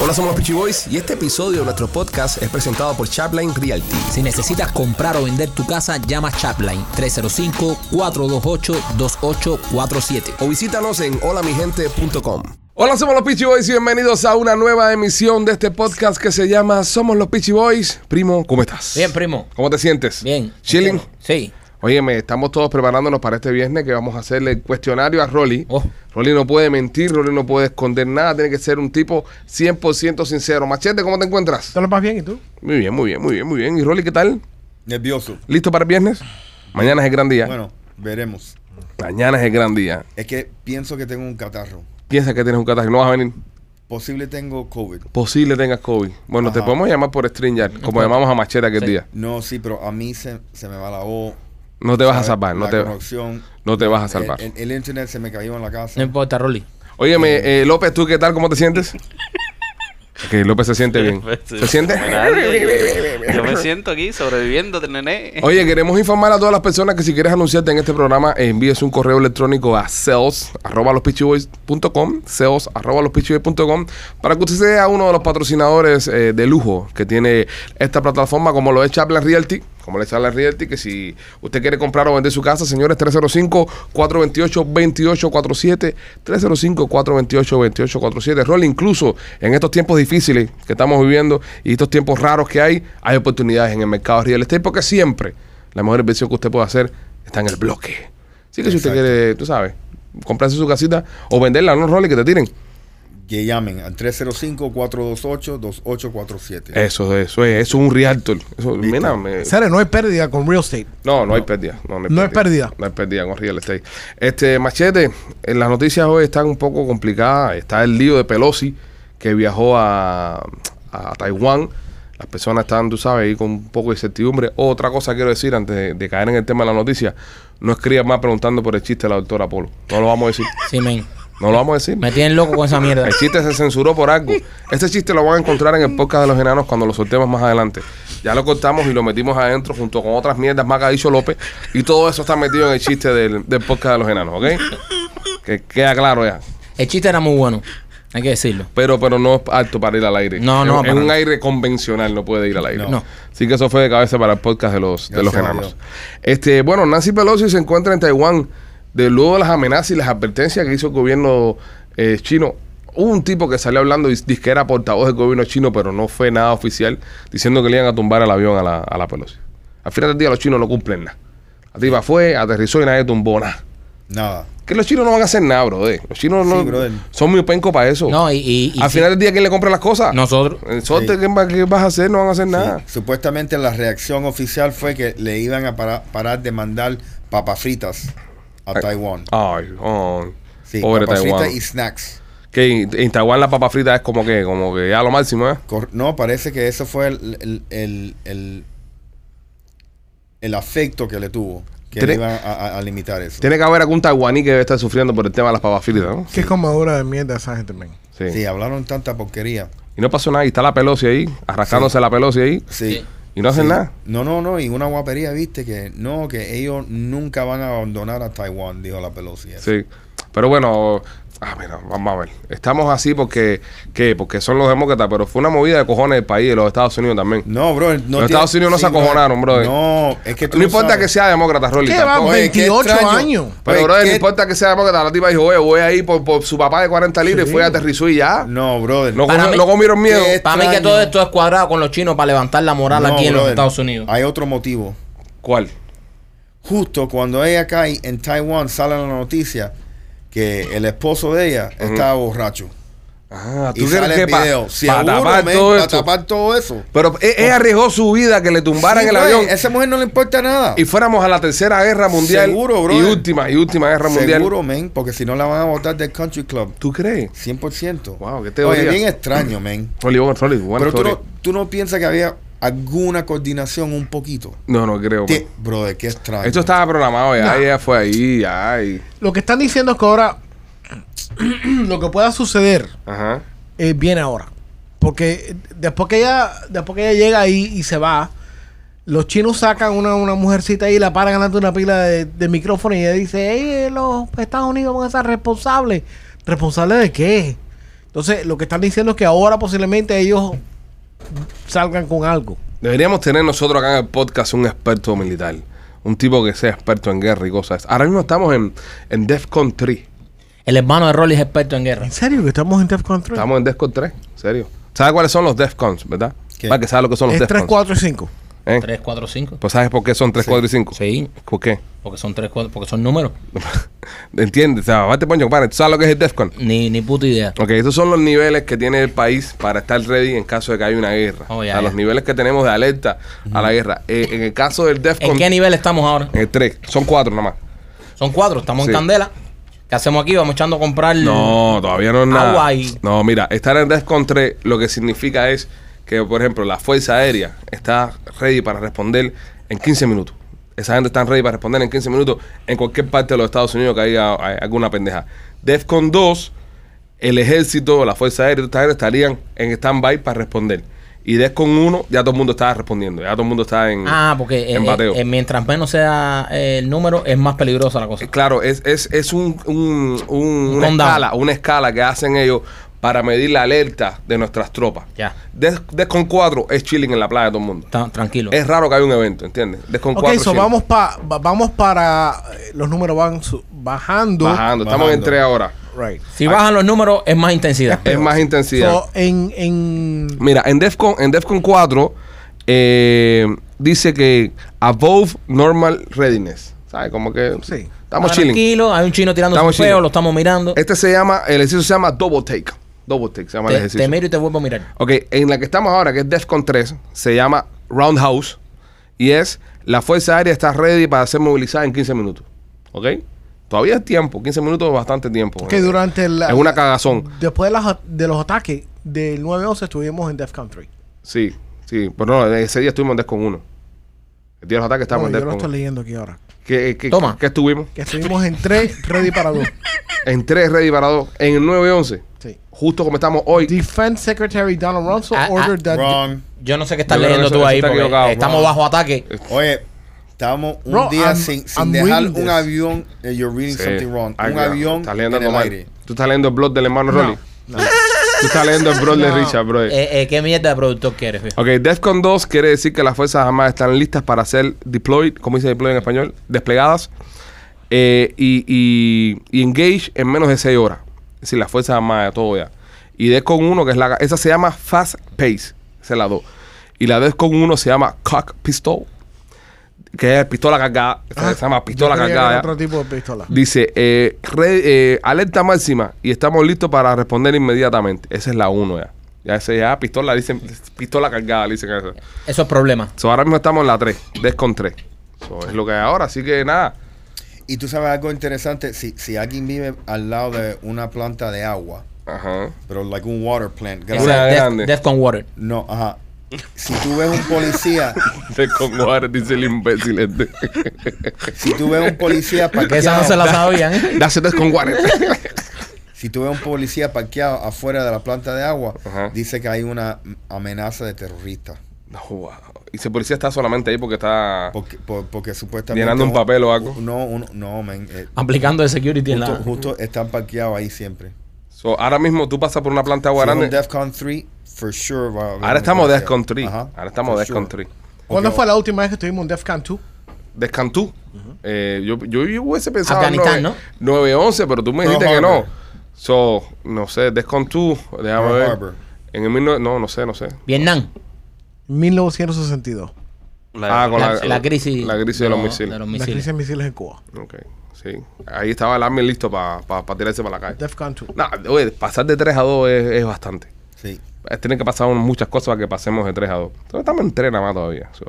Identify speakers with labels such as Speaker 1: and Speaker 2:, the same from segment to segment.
Speaker 1: Hola, somos los Peachy Boys y este episodio de nuestro podcast es presentado por Chapline Realty.
Speaker 2: Si necesitas comprar o vender tu casa, llama Chapline 305-428-2847.
Speaker 1: O visítanos en holamigente.com. Hola, somos los Peachy Boys y bienvenidos a una nueva emisión de este podcast que se llama Somos los Peachy Boys. Primo, ¿cómo estás?
Speaker 2: Bien, primo.
Speaker 1: ¿Cómo te sientes?
Speaker 2: Bien.
Speaker 1: ¿Chilling?
Speaker 2: Sí.
Speaker 1: Óyeme, estamos todos preparándonos para este viernes que vamos a hacerle el cuestionario a Rolly.
Speaker 2: Oh.
Speaker 1: Rolly no puede mentir, Rolly no puede esconder nada, tiene que ser un tipo 100% sincero. Machete, ¿cómo te encuentras?
Speaker 3: ¿Todo lo más bien y tú?
Speaker 1: Muy bien, muy bien, muy bien, muy bien. ¿Y Rolly qué tal?
Speaker 4: Nervioso.
Speaker 1: ¿Listo para el viernes? Mañana es el gran día.
Speaker 4: Bueno, veremos.
Speaker 1: Mañana es el gran día.
Speaker 4: Es que pienso que tengo un catarro.
Speaker 1: Piensa que tienes un catarro, no vas a venir.
Speaker 4: Posible tengo COVID.
Speaker 1: Posible tengas COVID. Bueno, te
Speaker 4: Ajá.
Speaker 1: podemos llamar por StreamYard, como llamamos a Machete aquel día.
Speaker 4: No, sí, pero a mí se, se me va la O.
Speaker 1: No te vas a
Speaker 4: ¿sabes?
Speaker 1: salvar, no
Speaker 4: la Eh,
Speaker 1: te,
Speaker 4: conexión.
Speaker 1: no te vas a salvar.
Speaker 4: El, el- el internet se me cayó en la
Speaker 2: No
Speaker 4: casa.
Speaker 2: importa, Rolly.
Speaker 1: Óyeme, eh, López, ¿tú qué tal? ¿Cómo te sientes? Ok, López se siente bien.
Speaker 4: pues,
Speaker 1: ¿Se siente?
Speaker 5: Fenomenal. Yo me siento aquí sobreviviendo, nené.
Speaker 1: Oye, queremos informar a todas las personas que si quieres anunciarte en este programa, eh, envíes un correo electrónico a sales arroba los sales arroba los para que usted sea uno de los patrocinadores eh, de lujo que tiene esta plataforma, como lo es Chaplin Realty. Como lo es Chaplin Realty, que si usted quiere comprar o vender su casa, señores, 305-428-2847. 305-428-2847. Rol, incluso en estos tiempos difíciles que estamos viviendo y estos tiempos raros que hay, hay oportunidades en el mercado real estate porque siempre la mejor inversión que usted puede hacer está en el bloque. Así que si usted
Speaker 4: Exacto.
Speaker 1: quiere, tú sabes, comprarse su casita o venderla, no, Rolly, que te tiren.
Speaker 4: Que llamen al 305-428-2847.
Speaker 1: Eso, eso es, eso es un realtor. Eso, mira, me-
Speaker 3: Sale, no hay pérdida con real estate.
Speaker 1: No, no hay pérdida. No,
Speaker 3: No hay pérdida.
Speaker 1: No hay pérdida con real estate. Este, Machete, en las noticias hoy están un poco complicadas. Está el lío de Pelosi, que viajó a, a Taiwán. Las personas están, tú sabes, ahí con un poco de incertidumbre. Otra cosa quiero decir antes de, de caer en el tema de la noticia. No escribas más preguntando por el chiste de la doctora Polo. No lo vamos a decir.
Speaker 2: Sí, men.
Speaker 1: No lo vamos a decir.
Speaker 2: Me tienen loco con esa mierda.
Speaker 1: El chiste se censuró por algo. Este chiste lo van a encontrar en el podcast de los enanos cuando lo soltemos más adelante. Ya lo cortamos y lo metimos adentro junto con otras mierdas más que ha dicho López. Y todo eso está metido en el chiste del, del podcast de los enanos, ¿ok? Que queda claro ya.
Speaker 2: El chiste era muy bueno. Hay que decirlo.
Speaker 1: Pero, pero no es alto para ir al aire.
Speaker 2: No, no,
Speaker 1: Es,
Speaker 2: para
Speaker 1: es un
Speaker 2: nada.
Speaker 1: aire convencional, no puede ir al aire.
Speaker 4: No.
Speaker 2: No.
Speaker 1: Así que eso fue de cabeza para el podcast de los, de los
Speaker 4: Gracias a
Speaker 1: enanos.
Speaker 4: Dios.
Speaker 1: Este, bueno, Nancy Pelosi se encuentra en Taiwán. De luego de las amenazas y las advertencias que hizo el gobierno eh, chino. Hubo un tipo que salió hablando y dice que era portavoz del gobierno chino, pero no fue nada oficial, diciendo que le iban a tumbar el avión a la, a la Pelosi. Al final del día los chinos no cumplen nada. La tipa fue, aterrizó y nadie tumbó nada.
Speaker 4: Nada.
Speaker 1: Que los chinos no van a hacer nada, brother. Los chinos no,
Speaker 4: Sí, brother.
Speaker 1: son muy pencos para eso.
Speaker 2: No, y. y, y
Speaker 1: Oh. Al
Speaker 2: sí.
Speaker 1: final del día, ¿quién le compra las cosas?
Speaker 2: Nosotros.
Speaker 1: El sorte,
Speaker 4: Sí.
Speaker 1: ¿qué, va- qué vas a hacer? No van a hacer nada.
Speaker 4: Sí. Supuestamente la reacción oficial fue que le iban a para- parar de mandar papas fritas a Taiwán.
Speaker 1: Ay, ay.
Speaker 4: Sí,
Speaker 1: Pobre
Speaker 4: papas
Speaker 1: Taiwán.
Speaker 4: fritas y snacks.
Speaker 1: Que en, en Taiwán la papa frita es como que, como que ya lo máximo, ¿eh?
Speaker 4: Cor- No, parece que eso fue el, el, el, el- el afecto que le tuvo. Que
Speaker 1: Tiene-
Speaker 4: le iban a, a- a limitar eso.
Speaker 1: Tiene que haber algún taiwaní que debe estar sufriendo por el tema de las papas fritas, ¿no?
Speaker 3: Qué comadura de mierda esa gente, men.
Speaker 1: Sí.
Speaker 4: Sí, hablaron tanta porquería.
Speaker 1: Y no pasó nada. Y está la Pelosi ahí, arrascándose la Pelosi ahí.
Speaker 4: Sí.
Speaker 2: Sí.
Speaker 1: Y no hacen
Speaker 4: Sí.
Speaker 1: nada.
Speaker 4: No, no, no. Y una guapería, viste, que no, que ellos nunca van a abandonar a Taiwán, dijo la Pelosi.
Speaker 1: Sí. Pero bueno, ah, mira, vamos a ver. Estamos así porque, ¿qué? Porque son los demócratas, pero fue una movida de cojones del país, de los Estados Unidos también.
Speaker 4: No, bro. No tiene-
Speaker 1: Estados Unidos no se
Speaker 4: brother.
Speaker 1: acojonaron, brother.
Speaker 4: No, es que tú
Speaker 1: No importa
Speaker 4: sabes.
Speaker 1: que sea demócrata, Rolly.
Speaker 3: ¿Qué
Speaker 1: tampoco.
Speaker 3: va? 28
Speaker 4: extraño.
Speaker 3: años.
Speaker 1: Pero,
Speaker 4: Oye,
Speaker 1: brother, no
Speaker 4: Pues, qué-
Speaker 1: importa que sea demócrata, la tipa dijo, oye, voy ahí por, por su papá de 40 libras y fue a aterrizó y ya. No,
Speaker 4: No, brother.
Speaker 2: Para
Speaker 1: comi-
Speaker 2: mí-
Speaker 1: no comieron miedo.
Speaker 4: ¿Qué?
Speaker 2: Para mí que todo esto es cuadrado con los chinos para levantar la moral
Speaker 4: No,
Speaker 2: aquí en los
Speaker 4: brother.
Speaker 2: Estados Unidos.
Speaker 4: Hay otro motivo.
Speaker 1: ¿Cuál?
Speaker 4: justo cuando ella cae en Taiwán, sale la noticia que el esposo de ella estaba borracho.
Speaker 1: Ah,
Speaker 4: Y sale el
Speaker 1: pa-
Speaker 4: video.
Speaker 1: pa'
Speaker 4: Seguro,
Speaker 1: tapar
Speaker 4: men,
Speaker 1: todo
Speaker 4: pa'
Speaker 1: esto?
Speaker 4: tapar todo eso.
Speaker 1: Pero e- ella arriesgó su vida que le tumbaran
Speaker 4: Sí,
Speaker 1: el
Speaker 4: brother,
Speaker 1: avión
Speaker 4: A esa mujer no le importa nada.
Speaker 1: y fuéramos a la tercera guerra mundial.
Speaker 4: Seguro,
Speaker 1: Y
Speaker 4: brother.
Speaker 1: última, y última guerra mundial.
Speaker 4: Seguro, men, porque si no la van a votar del country club.
Speaker 1: ¿Tú crees?
Speaker 4: 100%.
Speaker 1: Wow, qué teoría.
Speaker 4: Oye, bien extraño, men.
Speaker 1: Rolly, bueno, Rolly, buena
Speaker 4: Pero tú no,
Speaker 1: historia.
Speaker 4: tú no piensas que había alguna coordinación un poquito.
Speaker 1: No, no creo.
Speaker 4: Te-
Speaker 1: man.
Speaker 4: brother, qué extraño.
Speaker 1: Esto estaba programado ya. Ella fue ahí, ay.
Speaker 3: Lo que están diciendo es que ahora lo que pueda suceder
Speaker 1: Ajá.
Speaker 3: eh, viene ahora. Porque eh, después que ella, después que ella llega ahí y se va, los chinos sacan una, una mujercita ahí y la paran ganando una pila de, de micrófono eh, y ella dice, hey, los Estados Unidos van a ser responsables. ¿Responsables de qué? Entonces, lo que están diciendo es que ahora posiblemente ellos salgan con algo.
Speaker 1: Deberíamos tener nosotros acá en el podcast un experto militar. Un tipo que sea experto en guerra y cosas. Ahora mismo estamos en, en DEFCON 3.
Speaker 2: El hermano de Rolly es experto en guerra.
Speaker 3: ¿En serio que estamos en Death Control?
Speaker 1: Estamos en DEFCON 3, en serio. ¿Sabes cuáles son los DEFCONs, verdad?
Speaker 4: ¿Qué?
Speaker 1: Va, que sabes lo que son los
Speaker 3: es 3,
Speaker 1: DEFCONs.
Speaker 3: 4 y 5.
Speaker 1: ¿Eh?
Speaker 2: 3, 4, 5.
Speaker 1: Pues sabes por qué son 3, 4 y 5.
Speaker 2: Sí,
Speaker 1: ¿Por qué?
Speaker 2: porque son 3, 4, porque son números.
Speaker 1: ¿Entiendes? O sea, vete poncho, compadre. ¿Tú sabes lo que es el DEFCON?
Speaker 2: Ni, ni puta idea.
Speaker 1: Ok, estos son los niveles que tiene el país para estar ready en caso de que haya una guerra. o
Speaker 2: Oh, ya,
Speaker 1: sea,
Speaker 2: ya.
Speaker 1: los niveles que tenemos de alerta a la guerra. Eh, en el caso del DEFCON...
Speaker 2: ¿En qué nivel estamos ahora?
Speaker 1: En el 3. Son 4 nomás.
Speaker 2: Son 4, estamos
Speaker 1: Sí.
Speaker 2: en Candela. ¿Qué hacemos aquí? Vamos echando a comprar.
Speaker 1: No, todavía no es nada.
Speaker 2: Agua y-
Speaker 1: No, mira, estar en DEFCON 3 lo que significa es que, por ejemplo, la Fuerza Aérea está ready para responder en 15 minutos. Esa gente está ready para responder en 15 minutos en cualquier parte de los Estados Unidos que haya eh, alguna pendeja. DEFCON 2, el ejército, la Fuerza Aérea y toda esta gente estarían en stand-by para responder. Y DEFCON 1, ya todo el mundo estaba respondiendo. Ya todo el mundo está en,
Speaker 2: Ah, porque eh,
Speaker 1: en bateo.
Speaker 2: eh, mientras menos sea eh, el número, es más peligrosa la cosa.
Speaker 1: Eh, Claro, es, es, es un, un- un- una
Speaker 2: Countdown.
Speaker 1: escala, una escala que hacen ellos para medir la alerta de nuestras tropas.
Speaker 2: Ya.
Speaker 1: Des- Descon 4 es chilling en la playa de todo el mundo.
Speaker 2: Está- tranquilo.
Speaker 1: Es raro que haya un evento, ¿entiendes? Descon
Speaker 3: Ok,
Speaker 1: 4
Speaker 3: so
Speaker 1: chilling.
Speaker 3: vamos, pa, va- vamos para. eh, Los números van su- bajando.
Speaker 1: bajando. Estamos en
Speaker 4: Bajando.
Speaker 1: 3 ahora.
Speaker 3: Right.
Speaker 2: si bajan los números, es más intensidad.
Speaker 1: Es más intensidad.
Speaker 3: So, en, en
Speaker 1: Mira, en Defcon, en Defcon 4 eh, dice que above normal readiness. ¿Sabes? Como que
Speaker 3: Sí.
Speaker 1: estamos
Speaker 2: tranquilo,
Speaker 1: chilling.
Speaker 2: hay un chino tirando
Speaker 1: Estamos
Speaker 2: su peo,
Speaker 1: chilling.
Speaker 2: lo estamos mirando.
Speaker 1: Este se llama, el ejercicio se llama double take. Double take se llama el
Speaker 2: te,
Speaker 1: ejercicio.
Speaker 2: te miro y te vuelvo a mirar.
Speaker 1: Ok, en la que estamos ahora, que es DEFCON 3, se llama Roundhouse y es la Fuerza Aérea está ready para ser movilizada en 15 minutos. ¿Ok? Todavía es tiempo, 15 minutos es bastante tiempo.
Speaker 3: que durante la,
Speaker 1: Es una cagazón.
Speaker 3: después de, las- de los ataques del 9-11 estuvimos en Death Country.
Speaker 1: Sí, sí. Pero no, ese día estuvimos en DEFCON 1. El día de los ataques estábamos
Speaker 3: No, yo
Speaker 1: en
Speaker 3: lo estoy
Speaker 1: DEFCON 1.
Speaker 3: leyendo aquí ahora.
Speaker 1: ¿Qué, qué,
Speaker 2: Toma.
Speaker 1: ¿Qué estuvimos?
Speaker 3: Que estuvimos en 3, ready para 2.
Speaker 1: En 3 ready para 2. En el 9-11.
Speaker 3: Sí.
Speaker 1: Justo como estamos hoy.
Speaker 3: Defense Secretary Donald Rumsfeld
Speaker 2: Ah, ah.
Speaker 3: ordered that.
Speaker 4: Wrong.
Speaker 2: Yo no sé qué estás
Speaker 1: Yo creo
Speaker 2: leyendo
Speaker 1: que eso-
Speaker 2: tú
Speaker 1: eso
Speaker 2: ahí,
Speaker 1: está
Speaker 2: porque
Speaker 1: equivocado,
Speaker 2: estamos
Speaker 1: bro.
Speaker 2: bajo ataque.
Speaker 4: Oye, estamos un
Speaker 3: Bro,
Speaker 4: día
Speaker 3: I'm-
Speaker 4: sin, sin
Speaker 3: I'm
Speaker 4: dejar
Speaker 3: reading
Speaker 4: un
Speaker 3: this.
Speaker 4: avión. eh, You're reading
Speaker 1: Sí.
Speaker 4: something wrong.
Speaker 1: Ah,
Speaker 4: un
Speaker 1: claro.
Speaker 4: avión
Speaker 1: Estás leyendo
Speaker 4: en el
Speaker 1: algo mal.
Speaker 4: aire.
Speaker 1: Tú estás leyendo el blog del hermano Rolly. Tú estás leyendo el blog de
Speaker 3: No.
Speaker 1: Richard, bro.
Speaker 2: Eh, eh, ¿Qué mierda de productor que eres? viejo?
Speaker 1: Ok, DEFCON 2 quiere decir que las Fuerzas Armadas están listas para ser deployed, ¿cómo dice deployed en español? Desplegadas eh, y, y, y engage en menos de 6 horas. Es decir, las Fuerzas Armadas, todo ya. Y DEFCON 1, que es la... Esa se llama Fast Pace, esa es la 2. Y la DEFCON 1 se llama Cock Pistol, que es pistola cargada. Esta se llama
Speaker 3: Ah, Yo
Speaker 1: pistola
Speaker 3: creía que era
Speaker 1: cargada. ya.
Speaker 3: otro tipo de pistola.
Speaker 1: Dice, eh, re- eh, alerta máxima y estamos listos para responder inmediatamente. Esa es la 1 ya. Ya ese ya pistola, dicen, pistola cargada, le dicen eso.
Speaker 2: Eso es problema.
Speaker 1: So, ahora mismo estamos en la 3, Descon 3. So, es lo que hay ahora, así que nada.
Speaker 4: Y tú sabes algo interesante. Si, si alguien vive al lado de una planta de agua,
Speaker 1: Ajá.
Speaker 4: pero like un water plant,
Speaker 2: Eso es
Speaker 4: grande,
Speaker 1: Una
Speaker 2: Death,
Speaker 1: grande.
Speaker 2: Death con Water.
Speaker 4: no, ajá. Si tú ves un policía,
Speaker 1: Descon Juárez, dice el imbécil este.
Speaker 4: si tú ves un policía
Speaker 2: Que esa no se la
Speaker 4: parqueado,
Speaker 2: sabían. ¿eh?
Speaker 1: Dase Descon Juárez.
Speaker 4: si tú ves un policía parqueado afuera de la planta de agua,
Speaker 1: Ajá.
Speaker 4: dice que hay una amenaza de terrorista.
Speaker 1: No, wow. Y si el policía está solamente ahí porque está...
Speaker 4: Porque, por- porque supuestamente.
Speaker 1: Llenando un papel o algo.
Speaker 4: No, un- no, men. eh,
Speaker 2: Aplicando de security en
Speaker 4: justo,
Speaker 2: la.
Speaker 4: justo están parqueados ahí siempre.
Speaker 1: So, ahora mismo tú pasas por una planta de agua
Speaker 4: Si es un
Speaker 1: grande.
Speaker 4: DEFCON 3, for sure. va a haber
Speaker 1: ahora estamos
Speaker 4: una
Speaker 1: Descon
Speaker 4: policía.
Speaker 1: 3.
Speaker 4: Ajá,
Speaker 1: Ahora estamos
Speaker 4: for
Speaker 1: Descon
Speaker 4: sure.
Speaker 1: 3.
Speaker 3: ¿Cuándo
Speaker 4: Ok,
Speaker 3: fue la última vez que estuvimos en Def Con 2?
Speaker 1: Descantú. Eh, yo, yo, yo hubiese pensado
Speaker 2: Afganistán,
Speaker 1: 9, 11 pero tú me
Speaker 4: Pearl
Speaker 1: dijiste que no.
Speaker 4: Harbor.
Speaker 1: So, no sé, Descantú, déjame
Speaker 4: Pearl
Speaker 1: ver.
Speaker 4: Harbor.
Speaker 1: En el 19 no, no sé, no sé.
Speaker 2: Vietnam.
Speaker 3: 1962.
Speaker 5: La-
Speaker 1: Ah, con
Speaker 2: La,
Speaker 1: la-
Speaker 2: la crisis.
Speaker 1: la crisis de los misiles.
Speaker 2: de los
Speaker 3: La
Speaker 2: misiles.
Speaker 3: crisis de misiles en Cuba.
Speaker 1: Ok, sí. Ahí estaba el army listo para tirarse para la calle.
Speaker 3: Def Con 2.
Speaker 1: Nah, oye, pasar de 3 a 2 es, es bastante.
Speaker 4: Sí.
Speaker 1: Eh, Tienen que pasar un- muchas cosas para que pasemos de 3 a 2. Entonces estamos en 3 nada más todavía. So,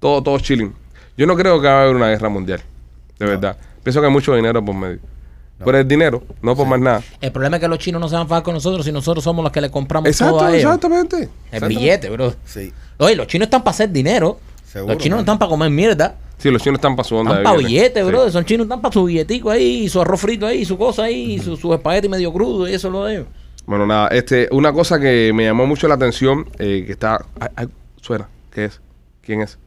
Speaker 1: todo, todo chilling. Yo no creo que va a haber una guerra mundial. De verdad. Pienso que hay mucho dinero por medio. Por el dinero, no por más nada.
Speaker 2: El problema es que los chinos no se van a fajar con nosotros si nosotros somos los que le compramos todo
Speaker 1: Exacto,
Speaker 2: a ellos.
Speaker 1: exactamente.
Speaker 2: El billete, bro.
Speaker 4: Sí.
Speaker 2: Oye, los chinos están para hacer dinero.
Speaker 4: Seguro,
Speaker 2: los chinos
Speaker 4: man.
Speaker 2: no están para comer mierda.
Speaker 1: Sí, los chinos están para su onda.
Speaker 2: Están
Speaker 1: de
Speaker 2: para
Speaker 1: billetes.
Speaker 2: billetes,
Speaker 1: Sí.
Speaker 2: bro. Son chinos están para su billetico ahí, y su arroz frito ahí, y su cosa ahí, y su, su espagueti medio crudo, y eso es lo de ellos.
Speaker 1: Bueno, nada, este, una cosa que me llamó mucho la atención, eh, que está. ay, ay, suena, ¿qué es? ¿Quién es?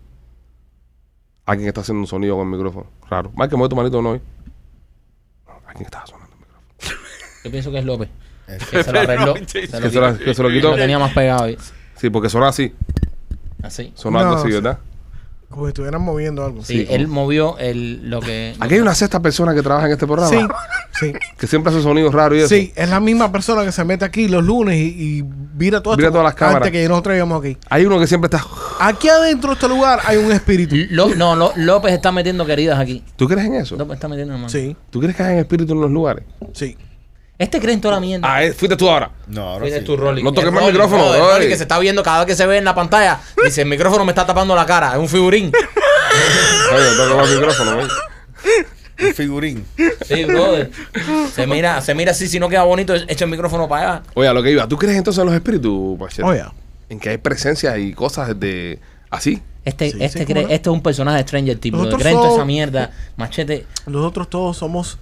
Speaker 1: Alguien está haciendo un sonido con el micrófono. Raro. Mike, mueve tu manito no hoy. Alguien estaba sonando el micrófono.
Speaker 2: Yo pienso que es López. Que se lo arregló.
Speaker 5: Que
Speaker 2: se lo
Speaker 1: Que se, la-
Speaker 2: quitó.
Speaker 1: que se lo
Speaker 2: Lo
Speaker 1: quitó.
Speaker 2: tenía más pegado ahí.
Speaker 1: Sí, porque sonó así.
Speaker 2: Así.
Speaker 1: Sonó
Speaker 3: No,
Speaker 1: algo así,
Speaker 3: sí.
Speaker 1: ¿verdad?
Speaker 3: Como si estuvieran moviendo algo.
Speaker 2: Sí, él movió el, lo que.
Speaker 1: Aquí hay una sexta persona que trabaja en este programa.
Speaker 3: Sí, sí.
Speaker 1: Que siempre hace sonidos raros y eso.
Speaker 3: Sí, es la misma persona que se mete aquí los lunes y, y vira todo
Speaker 1: Vira
Speaker 3: esto
Speaker 1: todas las cámaras.
Speaker 3: antes que nosotros íbamos aquí.
Speaker 1: Hay uno que siempre está.
Speaker 3: Aquí adentro de este lugar hay un espíritu.
Speaker 2: Ló- no, Ló- López está metiendo queridas aquí.
Speaker 1: ¿Tú crees en eso?
Speaker 2: López está metiendo hermano.
Speaker 3: Sí,
Speaker 1: ¿Tú crees que hay espíritu en los lugares?
Speaker 3: sí.
Speaker 2: Este cree en toda la mierda.
Speaker 1: Ah, eh, fuiste tú ahora.
Speaker 4: No, ahora
Speaker 2: Ese
Speaker 4: sí.
Speaker 2: es tu Rolly.
Speaker 1: No toques
Speaker 2: El
Speaker 1: más
Speaker 2: Rolly,
Speaker 1: micrófono,
Speaker 2: brother, el
Speaker 1: Rolly.
Speaker 2: Rolly que se está viendo cada vez que se ve en la pantalla. Dice, el micrófono me está tapando la cara. Es un figurín.
Speaker 1: Oye, toca más micrófono, ¿ves?
Speaker 4: Un figurín.
Speaker 2: Sí, brother. Se mira, se mira así, si no queda bonito, echa el micrófono para allá.
Speaker 1: Oye, a lo que iba. ¿Tú crees entonces en los espíritus, Pachete?
Speaker 3: Oye,
Speaker 1: En que hay presencias y cosas de. así.
Speaker 2: Este,
Speaker 3: Sí,
Speaker 2: este,
Speaker 3: sí,
Speaker 2: cree-
Speaker 3: ¿cómo no?
Speaker 2: este es un personaje de Stranger Things. brother.
Speaker 3: Nosotros
Speaker 2: Cree en toda
Speaker 3: somos-
Speaker 2: esa mierda. Machete.
Speaker 3: nosotros todos somos.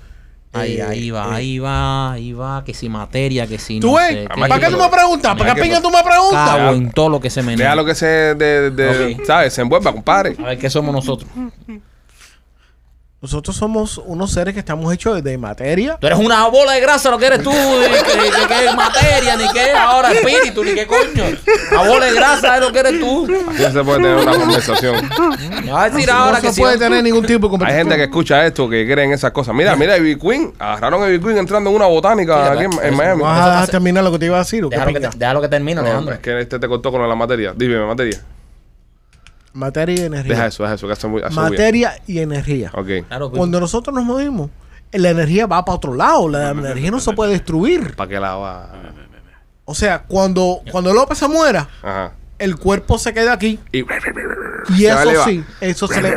Speaker 2: Ahí,
Speaker 3: eh,
Speaker 2: ahí va,
Speaker 3: eh,
Speaker 2: ahí va, ahí va. Que si materia, que si
Speaker 3: ¿Tú
Speaker 2: no
Speaker 3: ves?
Speaker 2: sé
Speaker 1: Además
Speaker 3: ¿Para
Speaker 1: que-
Speaker 3: qué tú me preguntas? ¿Para qué
Speaker 1: Además que-
Speaker 3: pinga tú me preguntas?
Speaker 2: Cago en todo lo que se menea.
Speaker 1: Vea lo que se. De, de-
Speaker 2: Ok.
Speaker 1: ¿Sabes? Se envuelva, compadre.
Speaker 2: A ver qué somos nosotros.
Speaker 3: Nosotros somos unos seres que estamos hechos de materia.
Speaker 2: Tú eres una bola de grasa, lo que eres tú, ni que, que- que es materia, ni que es ahora espíritu, ni qué coño. Una bola de grasa es lo que eres tú.
Speaker 1: Así no se puede tener una conversación.
Speaker 2: Me vas a decir
Speaker 3: Ah, No
Speaker 2: ahora
Speaker 3: se
Speaker 2: que sí.
Speaker 3: puede tener ningún tipo de
Speaker 1: Hay gente que escucha esto, que cree en esas cosas. Mira, mira, Ivy Queen. Agarraron a Ivy Queen entrando en una botánica
Speaker 2: Fíjate,
Speaker 1: aquí en, en
Speaker 2: eso-
Speaker 1: Miami.
Speaker 3: ¿Vas a dejar terminar lo que te iba a decir o qué
Speaker 2: Déjalo que,
Speaker 3: pinga?
Speaker 2: te- déjalo que termine,
Speaker 1: No,
Speaker 2: Alejandro.
Speaker 1: es que este te cortó con la materia. Dime, materia.
Speaker 3: Materia y energía.
Speaker 1: Deja eso, deja eso, que hace muy. hace
Speaker 3: Materia y energía.
Speaker 1: bulla. Ok.
Speaker 2: Claro, pues.
Speaker 3: Cuando nosotros nos movimos, la energía va para otro lado. La energía no se puede destruir.
Speaker 1: ¿Para qué la va?
Speaker 3: O sea, cuando, cuando López se muera,
Speaker 1: Ajá.
Speaker 3: el cuerpo se queda aquí.
Speaker 1: Y.
Speaker 3: Y
Speaker 1: Se va a
Speaker 3: eso
Speaker 1: elevar.
Speaker 3: sí, eso se le.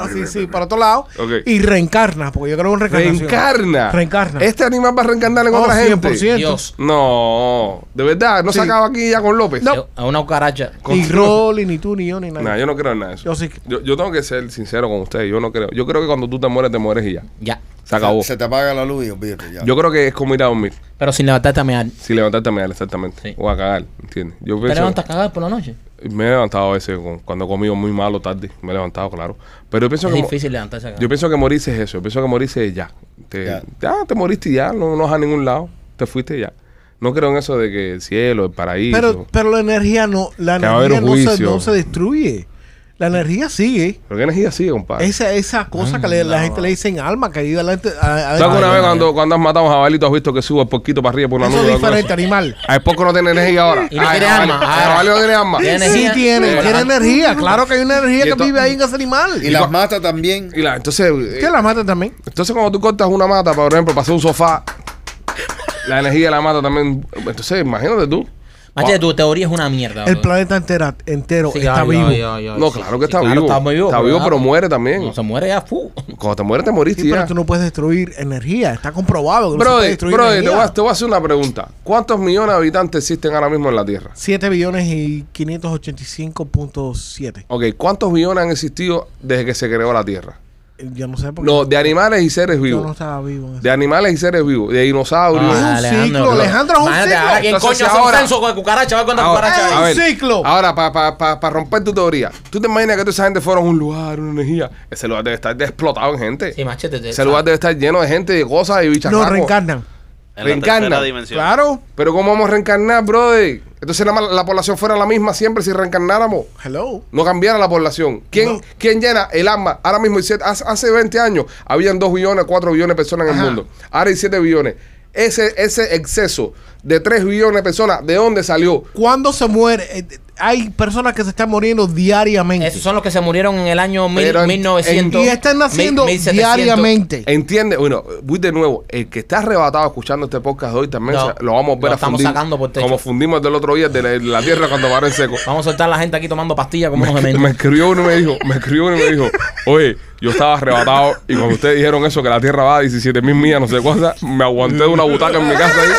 Speaker 3: Así, sí, para otro lado.
Speaker 1: Ok.
Speaker 3: Y reencarna, porque yo creo en reencarnación.
Speaker 1: Reencarna.
Speaker 3: Reencarna.
Speaker 1: Este animal va a reencarnar en
Speaker 3: Oh,
Speaker 1: otra
Speaker 3: 100%.
Speaker 1: gente.
Speaker 2: Dios.
Speaker 1: No, de verdad, no se
Speaker 3: Sí.
Speaker 1: acaba aquí ya con López.
Speaker 2: yo- A una cucaracha.
Speaker 3: Ni Rolly, ni tú, ni yo, ni nadie.
Speaker 1: Nah, yo no creo en nada de eso.
Speaker 3: Yo sí.
Speaker 1: yo, yo tengo que ser sincero con ustedes. Yo no creo. Yo creo que cuando tú te mueres, te mueres y ya.
Speaker 2: Ya.
Speaker 1: Se acabó.
Speaker 4: Se, se te apaga la luz y olvídate ya.
Speaker 1: Yo creo que es como ir a dormir.
Speaker 2: Pero sin levantarte a mear.
Speaker 1: Si levantarte a mear, exactamente.
Speaker 2: Sí.
Speaker 1: O a cagar, ¿entiendes? Yo
Speaker 2: ¿Te
Speaker 1: pienso-
Speaker 2: levantas a cagar por la noche?
Speaker 1: Me he levantado a veces con- cuando he comido muy malo tarde. Me he levantado, claro. Pero yo pienso
Speaker 2: Es
Speaker 1: que. mo-
Speaker 2: difícil levantarse a cagar.
Speaker 1: Yo pienso que morirse es eso. Yo pienso que morirse es ya. Te, ya.
Speaker 4: Ya.
Speaker 1: te moriste y ya. No, no vas a ningún lado. Te fuiste y ya. No creo en eso de que el cielo, el paraíso.
Speaker 3: Pero, pero la energía no, la
Speaker 1: Que va a haber
Speaker 3: energía
Speaker 1: un
Speaker 3: no se,
Speaker 1: juicio.
Speaker 3: no se destruye. La energía sigue.
Speaker 1: Pero qué energía sigue, compadre.
Speaker 3: Esa, esa cosa que le- la gente le dice en alma, que vive la gente. a- a-
Speaker 1: ¿Tú alguna
Speaker 3: a-
Speaker 1: vez cuando, cuando has matado a un jabalí, tú has visto que sube el poquito para arriba por una
Speaker 3: Eso
Speaker 1: nube?
Speaker 3: es
Speaker 1: o algo
Speaker 3: diferente,
Speaker 1: así?
Speaker 3: animal.
Speaker 1: Ah, El poco no tiene energía ahora.
Speaker 2: Y no
Speaker 1: Ah, el
Speaker 2: tiene
Speaker 1: jabalí-
Speaker 2: alma.
Speaker 1: El
Speaker 2: Ah,
Speaker 1: jabalí no tiene alma.
Speaker 2: tiene-
Speaker 3: Sí
Speaker 2: Energía.
Speaker 3: tiene,
Speaker 2: Eh,
Speaker 3: tiene
Speaker 2: ah.
Speaker 3: energía. Claro que hay una energía
Speaker 1: Y
Speaker 3: que
Speaker 1: esto-
Speaker 3: vive ahí en ese animal.
Speaker 4: y las mata también.
Speaker 1: Y la, entonces, eh,
Speaker 3: ¿Qué la mata también?
Speaker 1: entonces cuando tú cortas una mata, por ejemplo, para hacer un sofá, la energía de la mata también. Entonces, imagínate tú. Ah.
Speaker 2: Machete, tu teoría es una mierda.
Speaker 3: El
Speaker 2: bro.
Speaker 3: planeta entera, entero
Speaker 2: Sí,
Speaker 3: está
Speaker 2: ay,
Speaker 3: vivo.
Speaker 2: ay, ay, ay,
Speaker 1: No,
Speaker 2: sí,
Speaker 1: claro que
Speaker 2: sí,
Speaker 1: está vivo.
Speaker 2: Está vivo,
Speaker 1: Está vivo, pero
Speaker 2: nada.
Speaker 1: muere también.
Speaker 2: No se muere ya, fu.
Speaker 1: Cuando te mueres, te moriste
Speaker 3: Sí,
Speaker 1: y
Speaker 3: pero
Speaker 1: ya.
Speaker 3: tú no puedes destruir energía. Está comprobado que no se puede
Speaker 1: Brody,
Speaker 3: destruir
Speaker 1: brody, te, voy
Speaker 3: energía.
Speaker 1: a, te voy a hacer una pregunta. ¿Cuántos millones de habitantes existen ahora mismo en la Tierra?
Speaker 3: 7 billones y 585.7.
Speaker 1: Ok, ¿cuántos millones han existido desde que se creó la Tierra?
Speaker 3: Eh, Yo no sé por qué.
Speaker 1: No, de animales y seres
Speaker 3: yo no
Speaker 1: vivos.
Speaker 3: estaba vivo. en ese-
Speaker 1: De animales y seres vivos. De dinosaurios.
Speaker 3: Ah, es un ciclo, Alejandro, es un
Speaker 2: Imagínate,
Speaker 3: ciclo.
Speaker 2: ahora ¿Quién
Speaker 1: Entonces,
Speaker 2: coño hace
Speaker 1: ahora-
Speaker 2: un censo con cucaracha? A ver cuántas
Speaker 1: Ahora,
Speaker 2: cucarachas
Speaker 3: ¡Es
Speaker 1: a
Speaker 2: hay.
Speaker 3: un
Speaker 1: ver,
Speaker 3: ciclo!
Speaker 1: Ahora, para romper tu teoría, ¿tú te imaginas que toda esa gente fuera a un lugar, una energía? Ese lugar debe estar explotado en gente.
Speaker 2: Sí, machete. te-
Speaker 1: ese lugar debe estar lleno de gente, de cosas y bicharracos.
Speaker 3: No, reencarnan.
Speaker 5: En
Speaker 1: Reencarna.
Speaker 5: la tercera dimensión.
Speaker 3: Claro.
Speaker 1: Pero ¿cómo vamos a reencarnar, brother? Entonces nada más la población fuera la misma siempre si reencarnáramos.
Speaker 3: Hello.
Speaker 1: No cambiara la población. ¿Quién,
Speaker 3: No.
Speaker 1: quién llena el alma? Ahora mismo, hay siete- hace, hace 20 años, habían 2 billones, 4 billones de personas en el
Speaker 3: Ajá.
Speaker 1: mundo. Ahora hay 7 billones. Ese, ese exceso de 3 billones de personas, ¿de dónde salió?
Speaker 3: Cuando se muere, eh, hay personas que se están muriendo diariamente.
Speaker 2: Esos son los que se murieron en el año mil-
Speaker 1: Pero en-
Speaker 2: 1900.
Speaker 3: y están naciendo
Speaker 2: mil- 1700.
Speaker 3: diariamente.
Speaker 1: ¿Entiendes? Bueno, voy de nuevo. El que está arrebatado escuchando este podcast de hoy también
Speaker 2: No,
Speaker 1: se- lo vamos a ver
Speaker 2: lo
Speaker 1: a
Speaker 2: estamos
Speaker 1: fundir.
Speaker 2: sacando por techo.
Speaker 1: Como fundimos el del otro día, de la, de la tierra cuando paró en seco.
Speaker 2: Vamos a soltar a la gente aquí tomando pastillas como unos
Speaker 1: Me
Speaker 2: dementes.
Speaker 1: escribió uno y me dijo, me escribió uno y me dijo, oye, yo estaba arrebatado y cuando ustedes dijeron eso, que la tierra va a 17 mil millas, no sé cuántas, me aguanté de una butaca en mi casa ahí.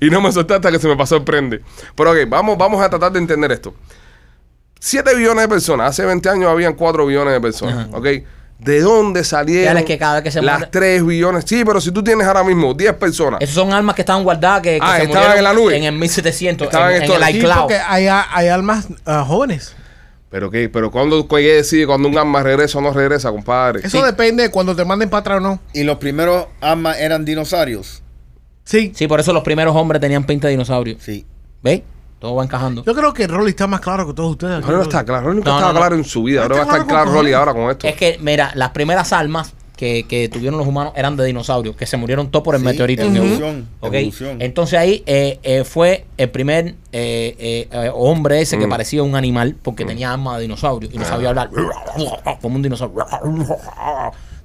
Speaker 1: y no me solté hasta que se me pasó el prende. Pero ok, vamos, vamos a tratar de entender esto. 7 billones de personas, hace 20 años habían 4 billones de personas, ¿ok? ¿De dónde salieron
Speaker 2: Dale, que cada vez que se
Speaker 1: las
Speaker 2: muere-
Speaker 1: 3 billones? Sí, pero si tú tienes ahora mismo 10 personas,
Speaker 2: Esos son almas que estaban guardadas que, que
Speaker 1: Ah,
Speaker 2: se
Speaker 1: estaban
Speaker 2: murieron
Speaker 1: en la nube.
Speaker 2: en el 1700,
Speaker 1: Estaban
Speaker 2: en, en
Speaker 1: estos-
Speaker 2: el
Speaker 3: Sí,
Speaker 2: iCloud.
Speaker 3: porque hay, hay almas ah, jóvenes.
Speaker 1: pero qué, pero cuando ¿qué decide cuando un alma regresa o no regresa, compadre.
Speaker 3: Eso
Speaker 2: Sí.
Speaker 3: depende de cuando te manden para atrás o no.
Speaker 4: Y los primeros armas eran dinosaurios.
Speaker 3: Sí.
Speaker 2: Sí, por eso los primeros hombres tenían pinta de dinosaurio.
Speaker 4: Sí.
Speaker 2: ¿Veis? Todo va encajando.
Speaker 3: Yo creo que Rolly está más claro que todos ustedes. aquí,
Speaker 1: Ahora no
Speaker 3: Rolly.
Speaker 1: está claro, Rolly nunca
Speaker 2: No,
Speaker 1: estaba
Speaker 2: no, no.
Speaker 1: claro en su vida. Ahora va
Speaker 3: Está
Speaker 1: a estar
Speaker 3: claro
Speaker 1: claro
Speaker 3: con
Speaker 1: Rolly
Speaker 3: cojones.
Speaker 1: ahora con esto.
Speaker 2: Es que, mira, las primeras almas que, que tuvieron los humanos eran de dinosaurios, que se murieron todos por el
Speaker 4: Sí,
Speaker 2: meteorito. que hubo.
Speaker 4: Evolución.
Speaker 2: Ok,
Speaker 4: Evolución.
Speaker 2: Entonces ahí eh, eh, fue el primer eh, eh, eh, hombre ese
Speaker 1: Mm.
Speaker 2: que parecía un animal porque tenía alma de dinosaurio y no
Speaker 1: Ah.
Speaker 2: sabía hablar. Como un dinosaurio.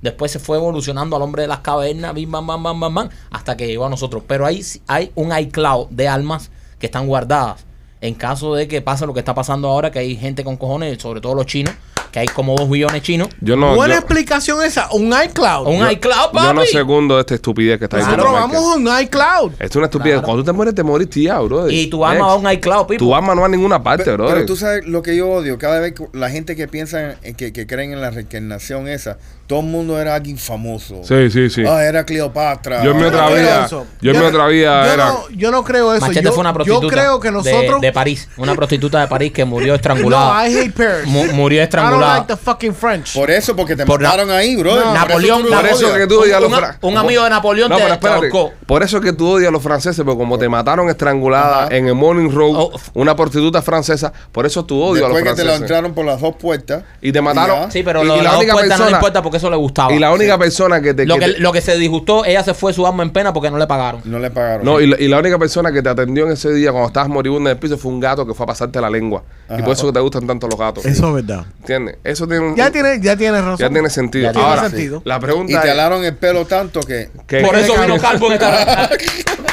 Speaker 2: Después se fue evolucionando al hombre de las cavernas, bim, bam, bam, bam, bam, bam, hasta que llegó a nosotros. Pero ahí sí hay un iCloud de almas que están guardadas. En caso de que pase lo que está pasando ahora, que hay gente con cojones, sobre todo los chinos, que hay como dos billones chinos.
Speaker 1: Yo no.
Speaker 3: Buena
Speaker 1: Yo,
Speaker 3: explicación esa. Un iCloud.
Speaker 2: Un iCloud, papi.
Speaker 1: yo no segundo esta estupidez que está diciendo.
Speaker 3: Nosotros
Speaker 1: Michael.
Speaker 3: vamos a un iCloud.
Speaker 1: Esto es una estupidez.
Speaker 2: Claro.
Speaker 1: Cuando tú te mueres, te moriste ya, bro.
Speaker 2: Y tu alma va a un iCloud, pipo.
Speaker 1: Tu alma no va a ninguna parte,
Speaker 4: Pe-
Speaker 1: bro.
Speaker 4: Pero tú sabes lo que yo odio. Cada vez que la gente que piensa, en- que, que creen en la reencarnación esa, todo el mundo era alguien famoso.
Speaker 1: Sí, sí, sí.
Speaker 4: Ah, era Cleopatra.
Speaker 1: Yo en mi
Speaker 4: Ah,
Speaker 1: otra
Speaker 4: era-
Speaker 3: creo
Speaker 1: vida.
Speaker 3: eso.
Speaker 1: Yo en mi otra vida
Speaker 3: yo
Speaker 1: era.
Speaker 3: No, yo no creo eso.
Speaker 2: Machete
Speaker 3: yo,
Speaker 2: fue una
Speaker 3: yo
Speaker 2: prostituta.
Speaker 3: creo que
Speaker 2: de-
Speaker 3: nosotros.
Speaker 2: De, París. Una prostituta de París que murió
Speaker 3: no,
Speaker 2: estrangulada.
Speaker 3: I hate Paris.
Speaker 2: Mu- murió
Speaker 3: I don't like
Speaker 2: estrangulada.
Speaker 3: the fucking French.
Speaker 4: Por eso, porque te
Speaker 2: Por na-
Speaker 4: mataron ahí, bro.
Speaker 3: No.
Speaker 2: Napoleón-
Speaker 1: Por eso que tú odias a los
Speaker 2: Un- un-
Speaker 1: fran-
Speaker 2: un amigo de Napoleón te-
Speaker 1: pero
Speaker 2: te
Speaker 1: espérate.
Speaker 2: ahorcó.
Speaker 1: Por eso que tú odias a los franceses, porque como te mataron estrangulada
Speaker 4: Ajá.
Speaker 1: en el Morning Road,
Speaker 2: Oh.
Speaker 1: una prostituta francesa, por eso tú odias
Speaker 4: Después
Speaker 1: a
Speaker 4: que
Speaker 1: los
Speaker 4: te lo
Speaker 1: franceses.
Speaker 4: entraron por las dos puertas.
Speaker 1: y te mataron.
Speaker 4: ya.
Speaker 2: Sí, pero
Speaker 1: y,
Speaker 2: lo
Speaker 1: y
Speaker 2: de
Speaker 1: la
Speaker 2: las
Speaker 1: única
Speaker 2: puertas no le
Speaker 1: persona,
Speaker 2: importa porque eso le gustaba.
Speaker 1: y la única persona que te,
Speaker 2: Ah, lo,
Speaker 1: que
Speaker 2: que,
Speaker 1: te-
Speaker 2: lo que se disgustó, ella se fue su alma en pena porque no le pagaron.
Speaker 4: No le pagaron.
Speaker 1: no, y, la, y la única persona que te atendió en ese día cuando estabas moribunda en el piso fue un gato que fue a pasarte la lengua. Y
Speaker 4: Ajá.
Speaker 1: por eso que te gustan tanto los gatos.
Speaker 3: Eso es verdad.
Speaker 1: ¿Entiendes? Eso tiene un-
Speaker 3: Ya tiene, ya tiene razón.
Speaker 1: ya tiene sentido.
Speaker 2: Ya tiene
Speaker 1: Ahora,
Speaker 3: sentido.
Speaker 1: la
Speaker 4: Y
Speaker 1: pregunta
Speaker 4: te
Speaker 1: es,
Speaker 4: alaron el pelo tanto que.
Speaker 1: ¿qué-
Speaker 2: Por
Speaker 1: qué
Speaker 2: eso vino
Speaker 1: cambió?
Speaker 2: Calvo en esta.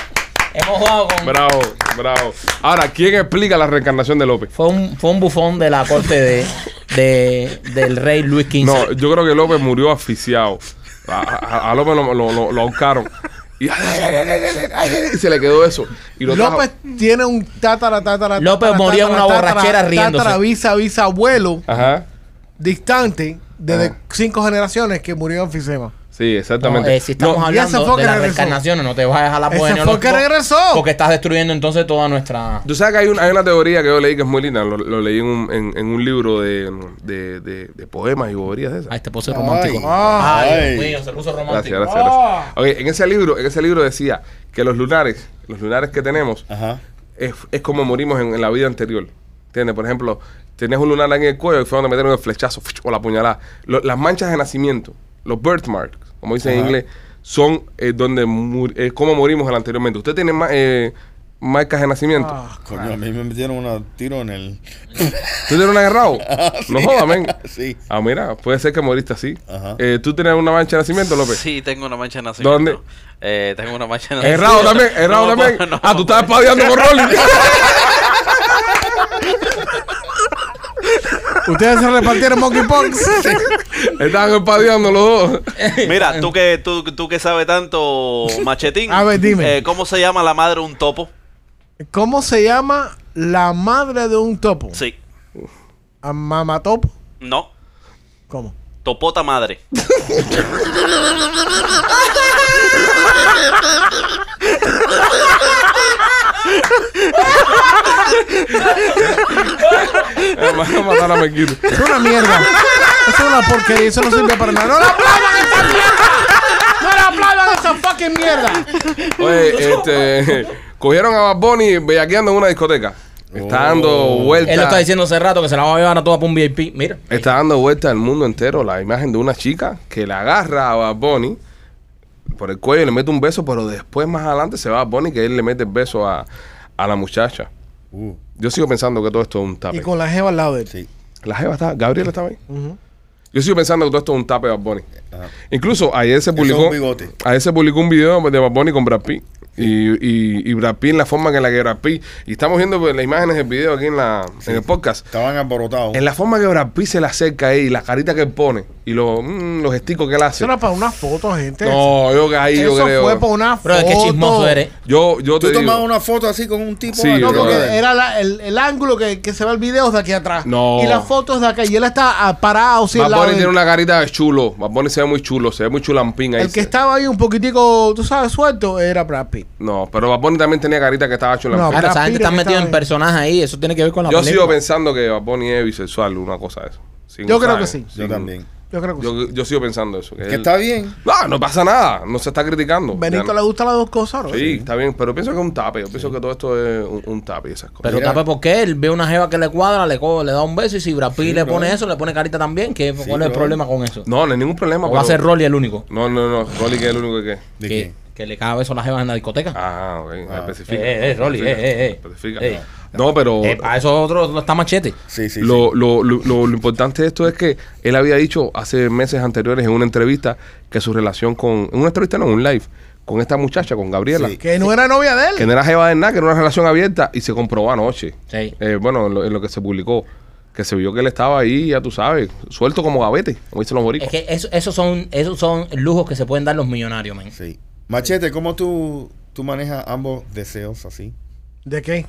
Speaker 2: Hemos jugado con.
Speaker 1: Bravo, bravo. Ahora, ¿quién explica la reencarnación de López?
Speaker 2: Fue un, fue un bufón de la corte de, de- del rey Luis XV.
Speaker 1: No, yo creo que López murió asfixiado. A, a- a López lo, lo, lo- lo ahorcaron. Y, y se le quedó eso. Y lo trajo-
Speaker 3: López tiene un tatara, tatara,
Speaker 2: López
Speaker 3: tatara,
Speaker 2: murió en
Speaker 3: tatara,
Speaker 2: una
Speaker 3: tatara,
Speaker 2: borrachera riéndose.
Speaker 3: Tatara, visa, visa, abuelo
Speaker 1: Ajá.
Speaker 3: distante desde
Speaker 1: Ah.
Speaker 3: cinco generaciones que murió en Fisema.
Speaker 1: Sí,
Speaker 2: No,
Speaker 1: exactamente.
Speaker 2: eh, si estamos
Speaker 1: No,
Speaker 3: y ese
Speaker 2: hablando de
Speaker 3: fue que
Speaker 2: las
Speaker 3: regresó.
Speaker 2: reencarnaciones, no te vas a dejar la
Speaker 3: Ese
Speaker 2: buena.
Speaker 3: fue que regresó.
Speaker 2: Porque estás destruyendo entonces toda nuestra.
Speaker 1: Tú sabes que hay, un- hay una teoría que yo leí que es muy linda. Lo, lo leí en un, en, en un libro de, de, de- de poemas y boberías de esas.
Speaker 2: A este pose romántico.
Speaker 4: Ay.
Speaker 2: Ay, Dios
Speaker 4: Ay.
Speaker 2: mío, se puso
Speaker 1: Gracias,
Speaker 2: romántico.
Speaker 1: gracias, gracias. Ok, en ese libro, en ese libro decía que los lunares, los lunares que tenemos,
Speaker 4: Ajá.
Speaker 1: es, es como morimos en, en la vida anterior. ¿Entiendes? Por ejemplo, tenés un lunar en el cuello y fue donde metieron el flechazo ¡fuch! o la puñalada. Lo- las manchas de nacimiento, los birthmarks, como dicen en
Speaker 4: Ajá.
Speaker 1: inglés, son eh, donde mu- eh, como morimos el anteriormente. Usted tiene ma- eh, marcas de nacimiento.
Speaker 3: Ah,
Speaker 4: Coño, a mí me metieron un tiro en el.
Speaker 1: ¿Tú tienes un agarrado? No jodas, men.
Speaker 4: Sí.
Speaker 1: Ah, mira, puede ser que moriste así.
Speaker 4: Ajá.
Speaker 1: Eh, ¿Tú tienes una mancha de nacimiento, López?
Speaker 5: Sí, tengo una mancha de nacimiento.
Speaker 1: ¿Dónde?
Speaker 5: Eh, tengo una mancha de
Speaker 1: Errado también, errado
Speaker 5: No,
Speaker 1: también.
Speaker 5: no,
Speaker 1: ah, tú
Speaker 5: no.
Speaker 1: estás espadeando con Rolly.
Speaker 3: Ustedes se repartieron monkeypox.
Speaker 1: Estaban espadeando los dos.
Speaker 5: Mira, tú que, tú, tú que sabes tanto, Machetín.
Speaker 3: A ver, dime.
Speaker 5: eh, ¿Cómo se llama la madre de un topo?
Speaker 3: ¿Cómo se llama la madre de un topo?
Speaker 5: Sí.
Speaker 3: ¿A mamatopo?
Speaker 5: No.
Speaker 3: ¿Cómo?
Speaker 5: Topota madre.
Speaker 1: Me van a matar a Mequito.
Speaker 3: Es una mierda. Eso es una porquería. Eso no sirve para nada. ¡No la aplaudan a esa mierda! ¡No la aplaudan a esa fucking mierda!
Speaker 1: Oye, este. Cogieron a Bad Bunny bellaqueando en una discoteca. Está dando vuelta.
Speaker 2: Él lo está diciendo hace rato que se la va a llevar a toda para un VIP. Mira.
Speaker 1: Está dando vuelta al mundo entero la imagen de una chica que la agarra a Bad Bunny por el cuello y le mete un beso, pero después más adelante se va a Bad Bunny que él le mete el beso a, a la muchacha.
Speaker 4: Uh,
Speaker 1: Yo sigo pensando que todo esto es un
Speaker 3: Y
Speaker 1: tape.
Speaker 3: con la jeva al lado de él.
Speaker 4: sí.
Speaker 1: La jeva está, Gabriela estaba ahí. Yo sigo pensando que todo esto es un tape de Bad Bunny.
Speaker 4: Ajá.
Speaker 1: Incluso ayer se
Speaker 4: Eso es
Speaker 1: publicó
Speaker 4: un bigote.
Speaker 1: ayer se publicó un video de Bad Bunny con Brad Pitt. Y, y, y Brad Pitt en la forma en la que Brad Pitt y estamos viendo pues, las imágenes del video aquí en la en el podcast.
Speaker 4: Estaban alborotados.
Speaker 1: En la forma que Brad Pitt se le acerca ahí, la carita que él pone y los mm, los gesticos que él hace.
Speaker 3: Eso era para una foto, gente.
Speaker 1: No, yo caí, yo
Speaker 3: Eso
Speaker 1: creo.
Speaker 3: fue para una
Speaker 2: Bro,
Speaker 3: foto.
Speaker 2: qué chismoso eres.
Speaker 1: Yo, yo
Speaker 4: ¿Tú
Speaker 1: te
Speaker 4: tomabas
Speaker 1: digo.
Speaker 4: una foto así con un tipo?
Speaker 1: Sí,
Speaker 4: así,
Speaker 3: No,
Speaker 1: bro.
Speaker 3: porque
Speaker 4: brother?
Speaker 3: era la- el, el ángulo que, que se ve el video de aquí atrás.
Speaker 1: No.
Speaker 3: Y las fotos de acá. Y él está ah, parado, sí, al
Speaker 1: Bad
Speaker 3: lado
Speaker 1: Bunny
Speaker 3: de él.
Speaker 1: tiene una carita de chulo. Bad Bunny se ve muy chulo, se ve muy chulampín ahí.
Speaker 3: El que estaba ahí un poquitico, tú sabes, suelto, era Brad Pitt.
Speaker 1: No, pero Bad Bunny también tenía carita que estaba chulampín.
Speaker 2: Claro, esa
Speaker 3: Brad
Speaker 2: gente
Speaker 3: Pitt
Speaker 2: está
Speaker 3: que
Speaker 2: metida
Speaker 3: estaba
Speaker 2: en
Speaker 3: ahí.
Speaker 2: personajes ahí. Eso tiene que ver con la
Speaker 1: Yo
Speaker 2: película.
Speaker 1: sigo pensando que Bad Bunny es bisexual, una cosa de eso. Sin
Speaker 3: Yo creo
Speaker 1: usar-
Speaker 3: que sí.
Speaker 4: Yo
Speaker 1: sin-
Speaker 4: también.
Speaker 3: Yo creo que sí.
Speaker 1: Yo, yo sigo pensando eso.
Speaker 4: Que
Speaker 1: él-
Speaker 4: está bien.
Speaker 1: No, no pasa nada. No se está criticando.
Speaker 3: Benito
Speaker 1: Ya
Speaker 3: le
Speaker 1: no-
Speaker 3: gustan las dos cosas, ¿no?
Speaker 1: Sí, está bien, pero pienso que es un tape. Yo pienso que todo esto es un, un tape y esas cosas.
Speaker 2: Pero
Speaker 4: Mira.
Speaker 2: tape porque él ve una jeva que le cuadra, le, co- le da un beso y si Brad Pitt le
Speaker 4: bro.
Speaker 2: pone eso, le pone carita también. ¿qué, ¿Cuál es el
Speaker 4: bro.
Speaker 2: problema con eso?
Speaker 1: no, no hay ningún problema.
Speaker 2: o va a
Speaker 1: pero-
Speaker 2: ser Rolly el único.
Speaker 1: No, no, no. Rolly que es el único que.
Speaker 2: que,
Speaker 4: ¿De qué?
Speaker 2: que le caga beso a las jevas en la discoteca.
Speaker 1: Ah, ok. Especifica.
Speaker 2: Eh, eh, Rolly,
Speaker 1: especifica,
Speaker 2: eh, eh, eh.
Speaker 1: especifica.
Speaker 2: Eh.
Speaker 1: No, pero.
Speaker 2: Eh, para eso otro no está machete.
Speaker 4: Sí, sí,
Speaker 1: lo, lo- lo- lo- lo importante de esto es que él había dicho hace meses anteriores en una entrevista que su relación con. En una entrevista no, en un live. Con esta muchacha, con Gabriela.
Speaker 4: Sí.
Speaker 3: Que no era novia de él.
Speaker 1: Que no era jeva de nada, que era una relación abierta y se comprobó anoche.
Speaker 2: Sí.
Speaker 1: Eh, bueno, en lo, en lo que se publicó. Que se vio que él estaba ahí, ya tú sabes, suelto como gavete, como dicen los
Speaker 2: Es
Speaker 1: boricuas.
Speaker 2: que eso- esos son esos son lujos que se pueden dar los millonarios, man.
Speaker 4: Sí. Machete, ¿cómo tú, tú manejas ambos deseos así?
Speaker 3: ¿De qué?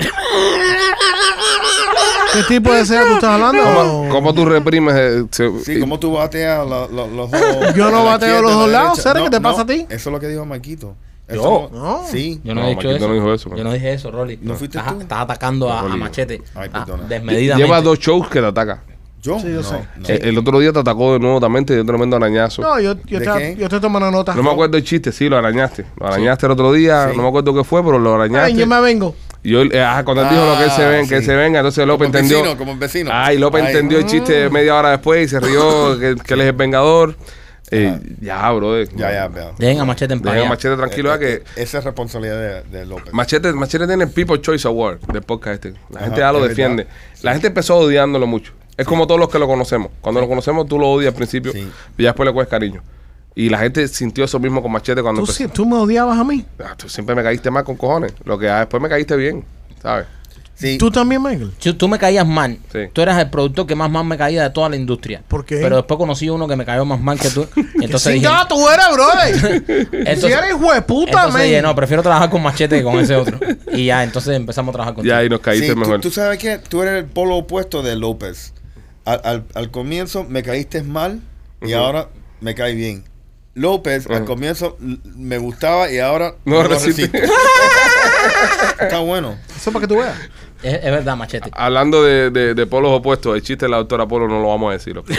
Speaker 3: ¿Qué tipo de deseo tú estás hablando?
Speaker 1: ¿Cómo, cómo tú reprimes? eh, se-
Speaker 4: Sí, ¿cómo tú bateas la- la- los dos?
Speaker 3: Yo no
Speaker 4: la
Speaker 3: bateo
Speaker 4: izquierda,
Speaker 3: los dos
Speaker 4: la
Speaker 3: lados,
Speaker 4: derecha?
Speaker 3: Sara, ¿qué te pasa a ti?
Speaker 4: Eso es lo que dijo Marquito.
Speaker 2: Yo,
Speaker 4: Eso-
Speaker 3: no.
Speaker 4: Sí.
Speaker 2: Yo no,
Speaker 1: No,
Speaker 2: he dicho
Speaker 1: Marquito
Speaker 2: eso.
Speaker 1: no dijo eso, man.
Speaker 2: Yo no dije eso, Rolly.
Speaker 4: ¿No fuiste
Speaker 2: estás,
Speaker 4: tú?
Speaker 2: estás atacando a, a
Speaker 1: Rolly.
Speaker 2: Machete.
Speaker 4: Ay,
Speaker 2: ah,
Speaker 4: perdona.
Speaker 2: desmedidamente.
Speaker 1: Lleva dos shows que te ataca.
Speaker 4: Yo.
Speaker 3: Sí, yo
Speaker 4: no,
Speaker 3: sé.
Speaker 4: no.
Speaker 1: Eh, El, otro día te atacó de nuevo también, te dio un tremendo arañazo. No,
Speaker 3: No, yo, yo,
Speaker 4: ¿De
Speaker 3: estaba-
Speaker 4: qué?
Speaker 3: yo estoy tomando notas.
Speaker 1: me acuerdo el chiste, sí, lo arañaste. Lo arañaste el otro día,
Speaker 4: Sí.
Speaker 1: no me acuerdo qué fue, pero lo arañaste.
Speaker 3: Ay, yo me vengo.
Speaker 1: Y yo, eh, ajá, cuando él dijo lo que él se
Speaker 4: Ah,
Speaker 1: ven, que él
Speaker 4: sí.
Speaker 1: se venga, entonces López
Speaker 4: Como el
Speaker 1: entendió.
Speaker 4: vecino, como el vecino.
Speaker 1: Ay, Ah, López
Speaker 4: Ay.
Speaker 1: entendió el chiste media hora después y se rió que, que él es el vengador. Eh, ya, brother.
Speaker 4: Ah. Ya, Este, ya, veo.
Speaker 2: Dejen a Machete en paz.
Speaker 1: Dejen a
Speaker 2: ya.
Speaker 1: Machete tranquilo, ya que
Speaker 4: Esa es responsabilidad de, de López.
Speaker 1: Machete, Machete tiene el People Choice Award del podcast este. La
Speaker 4: Ajá,
Speaker 1: gente ya lo
Speaker 4: es
Speaker 1: defiende.
Speaker 4: verdad.
Speaker 1: La gente empezó odiándolo mucho. Es como todos los que lo conocemos. Cuando lo conocemos, tú lo odias al principio
Speaker 4: Sí.
Speaker 1: y ya después le coges cariño. Y la gente sintió eso mismo con Machete cuando
Speaker 3: ¿Tú,
Speaker 1: empezó.
Speaker 3: sí- tú me odiabas a mí.
Speaker 1: Ah, tú siempre me caíste mal con cojones. Lo que ah, después me caíste bien, ¿sabes?
Speaker 4: Sí.
Speaker 3: ¿Tú también, Michael?
Speaker 2: Si tú me caías mal,
Speaker 1: Sí.
Speaker 2: tú eras el productor que más mal me caía de toda la industria.
Speaker 3: ¿Por qué?
Speaker 2: Pero después conocí uno que me cayó más mal que tú. Entonces
Speaker 3: sí,
Speaker 2: dije,
Speaker 3: no, tú eres, brother.
Speaker 2: entonces,
Speaker 3: si eres hijo de puta,
Speaker 2: entonces
Speaker 3: man.
Speaker 2: dije, no, prefiero trabajar con Machete que con ese otro. Y ya, entonces empezamos a trabajar con
Speaker 1: Ya ahí nos caíste
Speaker 4: Sí, tú-
Speaker 1: mejor.
Speaker 4: Tú, sabes que tú eres el polo opuesto de López. Al, al- al comienzo me caíste mal y ahora me cae bien. López al comienzo l- me gustaba y ahora
Speaker 1: No resiste.
Speaker 4: Está bueno.
Speaker 3: Eso para que tú veas.
Speaker 2: Es, es verdad, Machete.
Speaker 1: Hablando de, de- de polos opuestos, el chiste de la doctora Polo no lo vamos a decir. ok.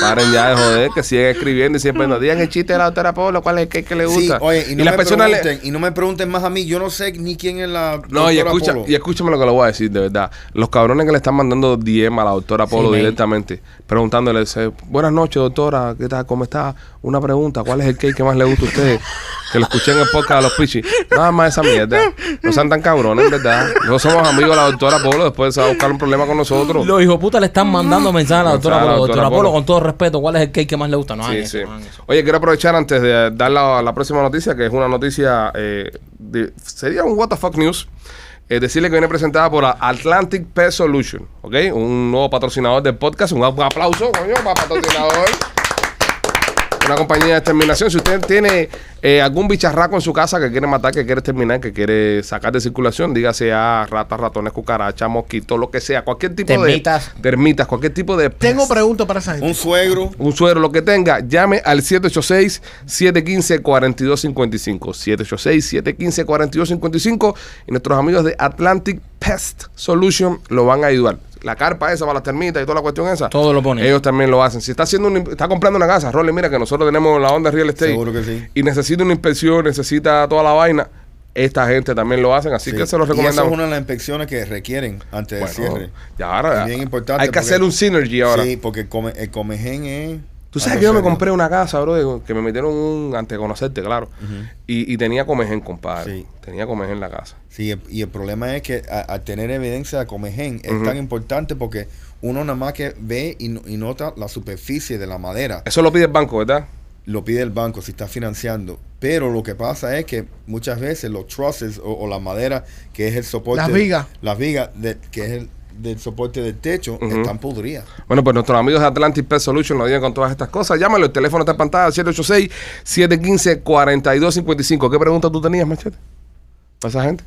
Speaker 1: Paren ya de joder, que siguen escribiendo y siempre nos digan el chiste de la doctora Polo, cuál es el que, que le
Speaker 4: Sí,
Speaker 1: gusta.
Speaker 4: oye, y no,
Speaker 1: las
Speaker 4: me
Speaker 1: personas le-
Speaker 4: pregunten, y no me pregunten más a mí. Yo no sé ni quién es la.
Speaker 1: No, y,
Speaker 4: doctora
Speaker 1: escucha,
Speaker 4: Polo.
Speaker 1: y escúchame lo que le voy a decir, de verdad. Los cabrones que le están mandando DM a la doctora Polo
Speaker 2: men.
Speaker 1: directamente, preguntándole, dice, buenas noches, doctora, ¿qué tal? ¿Cómo está? Una pregunta, ¿cuál es el cake que más le gusta a usted? Que lo escuché en el podcast de los pichis. Nada más esa mierda. No sean tan cabrones, en ¿verdad? Nosotros somos amigos de la doctora Polo, después se va a buscar un problema con nosotros.
Speaker 2: Los hijos putas le están mandando mensajes a la doctora
Speaker 1: Mensaje a la
Speaker 2: Polo.
Speaker 1: doctora
Speaker 2: Doctora Polo,
Speaker 1: Polo.
Speaker 2: con todo respeto, ¿cuál es el cake que más le gusta? No hagan
Speaker 1: Sí,
Speaker 2: eso,
Speaker 1: sí.
Speaker 2: no hagan eso.
Speaker 1: Oye, quiero aprovechar antes de dar la, la próxima noticia, que es una noticia, eh, de- sería un What the Fuck News. eh, decirle que viene presentada por Atlantic Pest Solution, ¿ok? Un nuevo patrocinador del podcast. Un aplauso, coño, para patrocinador. Una compañía de exterminación. Si usted tiene eh, algún bicharraco en su casa que quiere matar, que quiere exterminar, que quiere sacar de circulación, dígase a ratas, ratones, cucarachas, mosquitos, lo que sea, cualquier tipo
Speaker 2: Termitas.
Speaker 1: de. Termitas. Cualquier tipo de.
Speaker 3: Tengo preguntas para esa gente.
Speaker 4: Un suegro.
Speaker 1: Un suero, lo que tenga, llame al 786-715-4255. 786-715-4255. Y nuestros amigos de Atlantic Pest Solution lo van a ayudar. La carpa esa para las termitas y toda la cuestión esa.
Speaker 2: Todo lo ponen.
Speaker 1: Ellos también lo hacen. Si está haciendo un, está comprando una casa, Rolly, mira que nosotros tenemos la onda real estate.
Speaker 4: Seguro que sí.
Speaker 1: Y necesita una inspección, necesita toda la vaina. Esta gente también lo hacen, así
Speaker 4: Sí.
Speaker 1: que se los
Speaker 4: Y esa es
Speaker 1: recomendamos.
Speaker 4: una de las inspecciones que requieren antes del
Speaker 1: Bueno,
Speaker 4: cierre.
Speaker 1: ya ahora,
Speaker 4: Es bien importante
Speaker 1: hay que
Speaker 4: porque-
Speaker 1: hacer un synergy ahora.
Speaker 4: Sí, porque el, come, el comején es.
Speaker 1: Tú sabes
Speaker 4: algo
Speaker 1: que yo me
Speaker 4: serio.
Speaker 1: compré una casa, bro, que me metieron un, antes de conocerte, claro. y, y tenía comején, compadre.
Speaker 4: Sí.
Speaker 1: Tenía comején en la casa.
Speaker 4: Sí, el- y el problema es que a- al tener evidencia de comején es
Speaker 1: Ujú.
Speaker 4: tan importante porque uno nada más que ve y, no- y nota la superficie de la madera,
Speaker 1: Eso lo pide el banco, ¿verdad?
Speaker 4: lo pide el banco si está financiando. Pero lo que pasa es que muchas veces los trusses o, o la madera que es el soporte.
Speaker 3: Las vigas.
Speaker 4: Las vigas de- que es el del soporte del techo
Speaker 1: Ujú.
Speaker 4: están podridas.
Speaker 1: Bueno, pues nuestros amigos de Atlantic Pest Solution nos ayudan con todas estas cosas. Llámalo, el teléfono está en pantalla, 786-715-4255. ¿Qué pregunta tú tenías, Machete? ¿Para esa gente?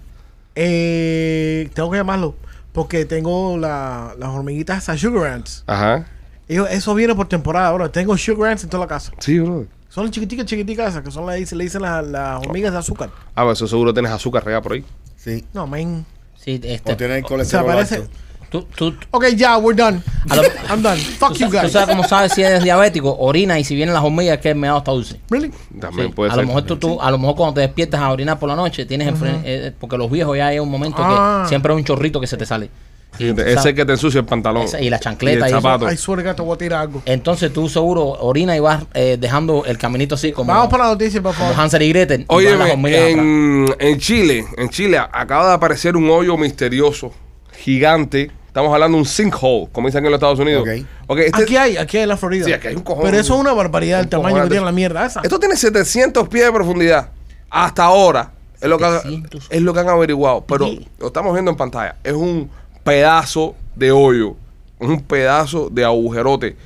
Speaker 3: Eh, tengo que llamarlo porque tengo la- las hormiguitas esas Sugar Ants.
Speaker 1: Ajá.
Speaker 3: Ellos- eso viene por temporada, bro. Tengo Sugar Ants en toda la casa.
Speaker 1: Sí, bro.
Speaker 3: Son las chiquiticas, chiquiticas esas que son las, le dicen las, las hormigas de azúcar.
Speaker 1: Ah, pues eso seguro tienes azúcar regada por ahí.
Speaker 4: Sí.
Speaker 3: No, men.
Speaker 2: Sí, este,
Speaker 4: O tener
Speaker 3: Se
Speaker 4: colesterol
Speaker 3: aparece.
Speaker 4: alto.
Speaker 2: Tú, tú,
Speaker 3: Ok, ya, we're done.
Speaker 2: A lo-
Speaker 3: I'm done. Fuck
Speaker 2: tú sa-
Speaker 3: you
Speaker 2: tú
Speaker 3: guys.
Speaker 2: sabes cómo sabes si eres diabético, orina y si vienen las hormigas es que el meado está dulce.
Speaker 3: Really?
Speaker 1: También
Speaker 2: Sí,
Speaker 1: puede
Speaker 2: a
Speaker 1: ser.
Speaker 2: lo mejor tú, tú- a lo mejor cuando te despiertas a orinar por la noche tienes el fren- eh, porque los viejos ya hay un momento
Speaker 3: Ah.
Speaker 2: que siempre hay un chorrito que se te sale
Speaker 1: Sí,
Speaker 2: tú
Speaker 1: ese
Speaker 2: sabes-
Speaker 1: que te ensucia el pantalón.
Speaker 2: Esa- y la chancleta
Speaker 1: Y
Speaker 2: y
Speaker 1: el
Speaker 2: eso.
Speaker 1: zapato.
Speaker 3: I swear to God, te voy a tirar algo.
Speaker 2: entonces tú seguro orina y vas eh, dejando el caminito así como,
Speaker 3: Vamos para la noticia, por
Speaker 2: como
Speaker 3: favor.
Speaker 2: Hansel y Gretel y
Speaker 1: Oye,
Speaker 2: van las hormigas atrás.
Speaker 1: en, en Chile, en Chile acaba de aparecer un hoyo misterioso, gigante. Estamos hablando de un sinkhole, como dicen aquí en los Estados Unidos.
Speaker 4: Ok.
Speaker 1: Ok, este-
Speaker 3: Aquí hay, aquí hay en la Florida.
Speaker 1: Sí, aquí hay un cojón.
Speaker 3: Pero eso es una barbaridad
Speaker 1: Un
Speaker 3: el tamaño
Speaker 1: cojón Este
Speaker 3: que
Speaker 1: de-
Speaker 3: tiene la mierda esa.
Speaker 1: esto tiene 700 pies de profundidad. Hasta ahora es lo que, han-
Speaker 2: 700.
Speaker 1: es lo que han averiguado. Pero lo estamos viendo en pantalla. Es un pedazo de hoyo. Un pedazo de agujerote.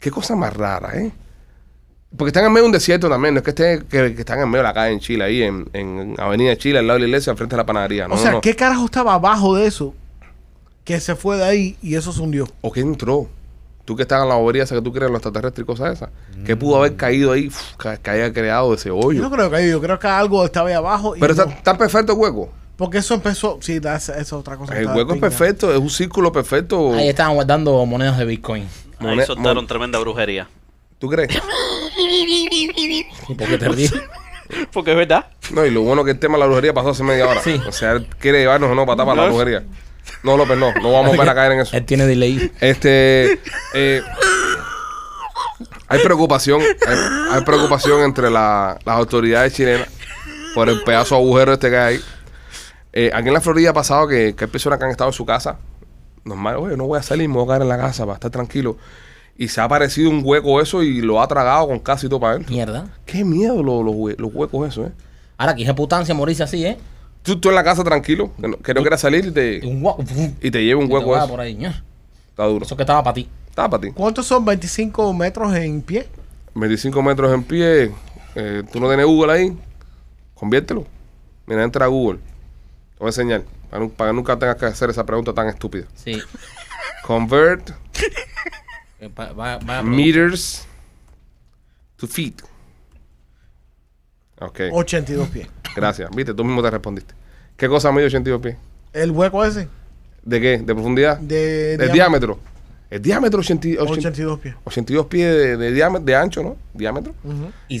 Speaker 1: Qué cosa más rara, ¿eh? Porque están en medio de un desierto también. No es que, esté, que, que están en medio de la calle en Chile, ahí en, en Avenida Chile, al lado de la iglesia, frente a la panadería. Ah, No,
Speaker 3: o
Speaker 1: no,
Speaker 3: sea,
Speaker 1: no.
Speaker 3: ¿qué carajo estaba abajo de eso? Que se fue de ahí y eso se hundió.
Speaker 1: ¿O qué entró? Tú que estás en la bobería esa que tú crees en los extraterrestres y cosas esas. ¿Qué pudo haber caído ahí uf, que, que haya creado ese
Speaker 3: Mm. Yo
Speaker 1: hoyo?
Speaker 3: no creo que haya ido, yo creo que algo estaba ahí abajo. y
Speaker 1: Pero está,
Speaker 3: no.
Speaker 1: está perfecto el hueco.
Speaker 3: Porque eso empezó. Sí, that's- esa es otra cosa. que
Speaker 1: El
Speaker 3: está
Speaker 1: hueco es
Speaker 3: pinga.
Speaker 1: perfecto, es un círculo perfecto.
Speaker 2: ahí estaban guardando monedas de bitcoin
Speaker 1: Mone-
Speaker 5: Ahí soltaron
Speaker 1: mon-
Speaker 5: tremenda brujería.
Speaker 1: ¿Tú crees?
Speaker 2: Sí, porque
Speaker 1: Pues,
Speaker 2: te ríes
Speaker 5: Porque es verdad.
Speaker 1: No, y lo bueno que el tema de la brujería pasó hace media hora.
Speaker 2: Sí.
Speaker 1: O sea, él quiere llevarnos una patada para la
Speaker 5: No.
Speaker 1: brujería. No, López, no. No vamos a volver a caer en eso.
Speaker 2: él tiene delay
Speaker 1: Este. eh, hay preocupación. Hay, hay preocupación entre la- las autoridades chilenas por el pedazo de agujero este que hay. Eh, aquí en la Florida ha pasado que, que hay personas que han estado en su casa. Normal, oye, no voy a salir, me voy a quedar en la casa para estar tranquilo. Y se ha aparecido un hueco eso y lo ha tragado con casi todo para adentro.
Speaker 2: mierda
Speaker 1: Qué miedo lo- lo hue- los huecos eso, ¿eh?
Speaker 2: ahora aquí reputancia morirse así eh
Speaker 1: Tú, tú en la casa tranquilo, que no, que no quieras salir y te,
Speaker 2: un guapo
Speaker 1: y te lleva un hueco
Speaker 2: por
Speaker 1: eso.
Speaker 2: ahí ña.
Speaker 1: Está duro.
Speaker 2: eso que estaba para ti
Speaker 1: Está para ti.
Speaker 3: ¿Cuántos son 25 metros en pie?
Speaker 1: 25 metros en pie, eh, tú no tienes Google ahí, conviértelo. Mira, entra a Google. Te voy a enseñar, para, nu- para que nunca tengas que hacer esa pregunta tan estúpida.
Speaker 2: sí
Speaker 1: Convert
Speaker 2: Eh, va- va- va-
Speaker 1: meters to feet. Ok,
Speaker 3: 82 pies.
Speaker 1: gracias. Viste, tú mismo te respondiste. ¿Qué cosa mide 82 pies?
Speaker 3: El hueco ese.
Speaker 1: ¿De qué? ¿De profundidad?
Speaker 3: De,
Speaker 1: ¿Del
Speaker 3: diámetro.
Speaker 1: diámetro? ¿El diámetro 80 y- 80
Speaker 3: 82 pies.
Speaker 1: 82 pies de, de diámetro, de ancho, ¿no? Diámetro.
Speaker 2: y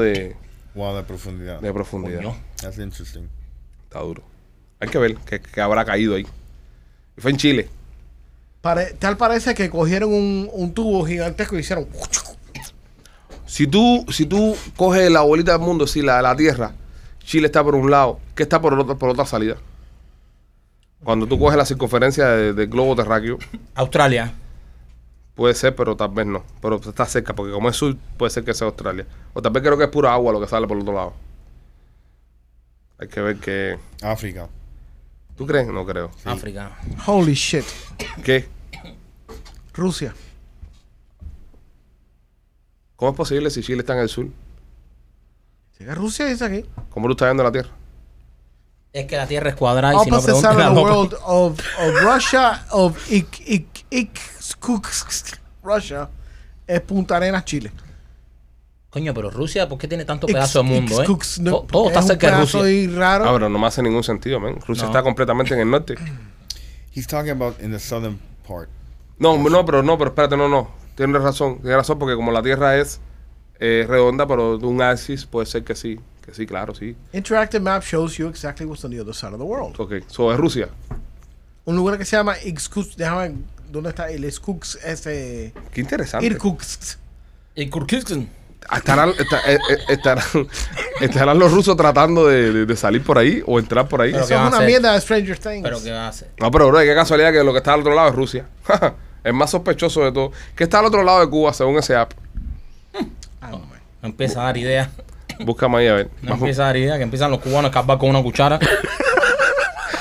Speaker 1: 100 de,
Speaker 4: Wow, de profundidad.
Speaker 1: de profundidad.
Speaker 2: Coño.
Speaker 4: That's interesting.
Speaker 1: Está duro. Hay que ver que, que habrá caído ahí. Y fue en Chile.
Speaker 3: Pare- tal parece que cogieron un, un tubo gigantesco y hicieron.
Speaker 1: Si tú, si tú coges la bolita del mundo, si la, la Tierra, Chile está por un lado, ¿qué está por, el otro, por otra salida? Cuando tú coges la circunferencia de- del globo terráqueo,
Speaker 2: Australia
Speaker 1: puede ser, pero tal vez no. Pero está cerca, porque como es sur, puede ser que sea Australia. O tal vez creo que es pura agua lo que sale por el otro lado. Hay que ver que...
Speaker 4: África.
Speaker 1: ¿Tú crees? No creo.
Speaker 2: África
Speaker 3: Holy shit.
Speaker 1: ¿Qué?
Speaker 3: Rusia.
Speaker 1: ¿Cómo es posible si Chile está en el sur?
Speaker 3: Llega Rusia y dice aquí.
Speaker 1: ¿Cómo tú estás viendo la Tierra?
Speaker 2: es que la tierra es cuadrada y si no
Speaker 3: Opposite side
Speaker 2: pregúntale a
Speaker 3: of the
Speaker 2: López.
Speaker 3: world of, of Russia, of ik, ik, ik, skuk, skuk, Russia, é es Punta Arenas, Chile.
Speaker 2: Coño, pero Rusia, ¿por qué tiene tanto
Speaker 3: Ik-
Speaker 2: pedazo de mundo, eh?
Speaker 3: ik- skuk, no,
Speaker 2: To- todo
Speaker 3: porque
Speaker 2: está
Speaker 3: es un
Speaker 2: cerca de
Speaker 3: pedazo
Speaker 2: Rusia.
Speaker 3: ahí um raro.
Speaker 1: Ah, pero no me hace ningún sentido, men. Rusia
Speaker 2: No.
Speaker 1: está completamente en el norte.
Speaker 4: He's talking about in the southern part.
Speaker 1: No, no, pero no, pero espérate, no, no. Tienes razón, tienes razón, porque como la Tierra es eh, redonda, pero de un axis puede ser que sí, que sí, claro, sí.
Speaker 3: Interactive map shows you exactly what's on the other side of the world.
Speaker 1: Ok, so es Rusia.
Speaker 3: Un lugar que se llama Irkutsk. Déjame dónde está el Irkutsk ese.
Speaker 1: Qué interesante.
Speaker 3: Irkutsk.
Speaker 2: Y Kurkuk,
Speaker 1: Ah, ¿Estarán, esta- eh, eh, estarán- estarán los rusos tratando de, de- de salir por ahí o entrar por ahí?
Speaker 2: Pero
Speaker 3: Eso
Speaker 2: ¿qué
Speaker 3: es
Speaker 2: van a
Speaker 3: una
Speaker 2: hacer?
Speaker 3: mierda de Stranger Things.
Speaker 2: Pero ¿qué va a hacer?
Speaker 1: No, pero bro, qué casualidad que lo que está al otro lado es Rusia. es más sospechoso de todo. ¿Qué está al otro lado de Cuba, según ese app?
Speaker 3: Ah, no, man.
Speaker 2: No empieza a dar ideas.
Speaker 1: Búscame ahí a ver.
Speaker 2: No
Speaker 1: Vamos,
Speaker 2: empieza a dar ideas. Que empiezan los cubanos a escapar con una cuchara.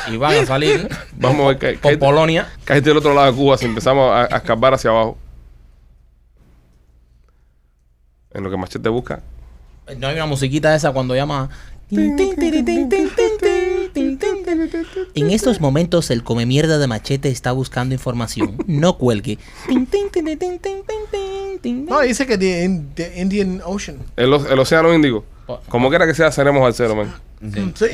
Speaker 2: y van a salir
Speaker 1: vamos a ver qué-
Speaker 2: por
Speaker 1: qué-
Speaker 2: Polonia.
Speaker 1: Cállate del otro lado de Cuba si empezamos a, a escapar hacia abajo. En lo que Machete busca.
Speaker 2: No hay una musiquita esa cuando llama. En estos momentos el come mierda de machete está buscando información. No cuelgue.
Speaker 3: No, dice que the, in- the Indian Ocean.
Speaker 1: El, o- el Océano Índico.
Speaker 2: Po-
Speaker 1: Como quiera que sea, seremos al cero, man. Eh,
Speaker 3: Sí.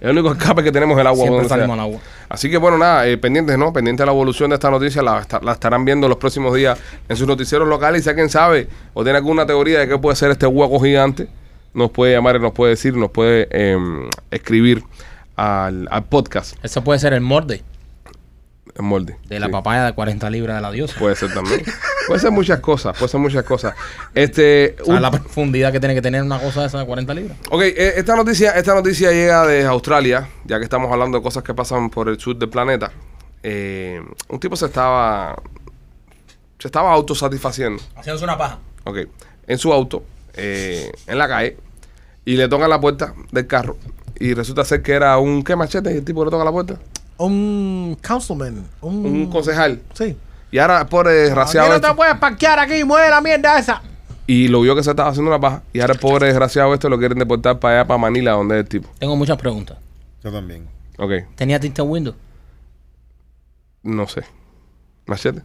Speaker 1: El único escape que tenemos es el agua.
Speaker 2: Siempre
Speaker 1: donde sea.
Speaker 2: salimos al agua.
Speaker 1: Así que bueno, nada, eh, pendientes, ¿no? Pendiente de la evolución de esta noticia, la, esta- la estarán viendo los próximos días en sus noticieros locales. Y si alguien sabe o tiene alguna teoría de qué puede ser este hueco gigante, nos puede llamar, nos puede decir, nos puede eh, escribir al, al podcast
Speaker 2: Eso puede ser el morde
Speaker 1: en molde.
Speaker 2: de la
Speaker 1: Sí.
Speaker 2: papaya de 40 libras de la
Speaker 3: Pues,
Speaker 2: diosa.
Speaker 1: Puede ser también. puede ser muchas cosas, puede ser muchas cosas. Este,
Speaker 2: O sea,
Speaker 1: un-
Speaker 2: la profundidad que tiene que tener una cosa de esa de 40 libras.
Speaker 1: Ok, eh, esta noticia, esta noticia llega desde Australia, ya que estamos hablando de cosas que pasan por el sur del planeta. Eh, un tipo se estaba. Se estaba autosatisfaciendo,
Speaker 2: Haciéndose una paja.
Speaker 1: ok, en su auto, eh, en la calle, y le tocan la puerta del carro. Y resulta ser que era un qué machete, el tipo que le toca la puerta.
Speaker 3: Un councilman. Un,
Speaker 1: Un concejal.
Speaker 3: Sí.
Speaker 1: Y ahora, por desgraciado.
Speaker 3: Aquí no
Speaker 1: este-
Speaker 3: te puedes parquear aquí, mueve la mierda esa.
Speaker 1: y lo vio que se estaba haciendo una paja. Y ahora, el pobre desgraciado, este lo quieren deportar para allá, para Manila, donde es el tipo.
Speaker 2: Tengo muchas preguntas.
Speaker 4: Yo también.
Speaker 1: Ok,
Speaker 2: ¿Tenía tinta Windows?
Speaker 1: no sé. Machete.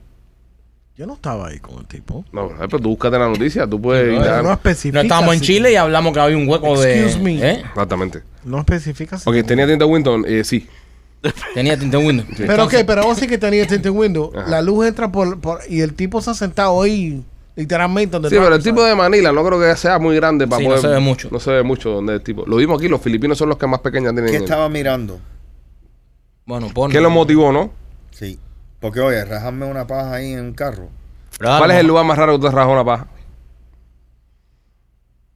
Speaker 3: Yo no estaba ahí con el tipo.
Speaker 1: No, brother, pero eh, pues tú búscate la noticia, tú puedes ir
Speaker 3: Pero no
Speaker 1: a...
Speaker 3: especifica.
Speaker 2: No estábamos en
Speaker 3: si-
Speaker 2: Chile y hablamos que había un hueco de.
Speaker 3: Excuse me.
Speaker 2: ¿Eh?
Speaker 1: Exactamente.
Speaker 3: No especifica. si-
Speaker 1: Ok, ¿tenía tinta Winton? Eh, sí.
Speaker 2: Tenía tinta Windows.
Speaker 3: Pero ok, pero vos sí que tenía tinted window.
Speaker 1: Ajá.
Speaker 3: La luz entra por, por- Y el tipo se ha sentado ahí, literalmente. Donde
Speaker 1: Sí,
Speaker 3: estaba
Speaker 1: pero el
Speaker 3: cruzado.
Speaker 1: tipo de Manila no creo que sea muy grande para
Speaker 2: Sí, no
Speaker 1: poder...
Speaker 2: se ve mucho.
Speaker 1: No se ve mucho donde el tipo. Lo vimos aquí, los filipinos son los que más pequeñas tienen.
Speaker 4: ¿Qué estaba mirando?
Speaker 2: Bueno, pon.
Speaker 1: ¿Qué lo motivó, no?
Speaker 4: Sí. Porque, oye, rajarme una paja ahí en un carro.
Speaker 2: Pero
Speaker 1: ¿Cuál
Speaker 2: a
Speaker 1: es el
Speaker 2: lo mejor-
Speaker 1: lugar más raro que tú has rajado una paja?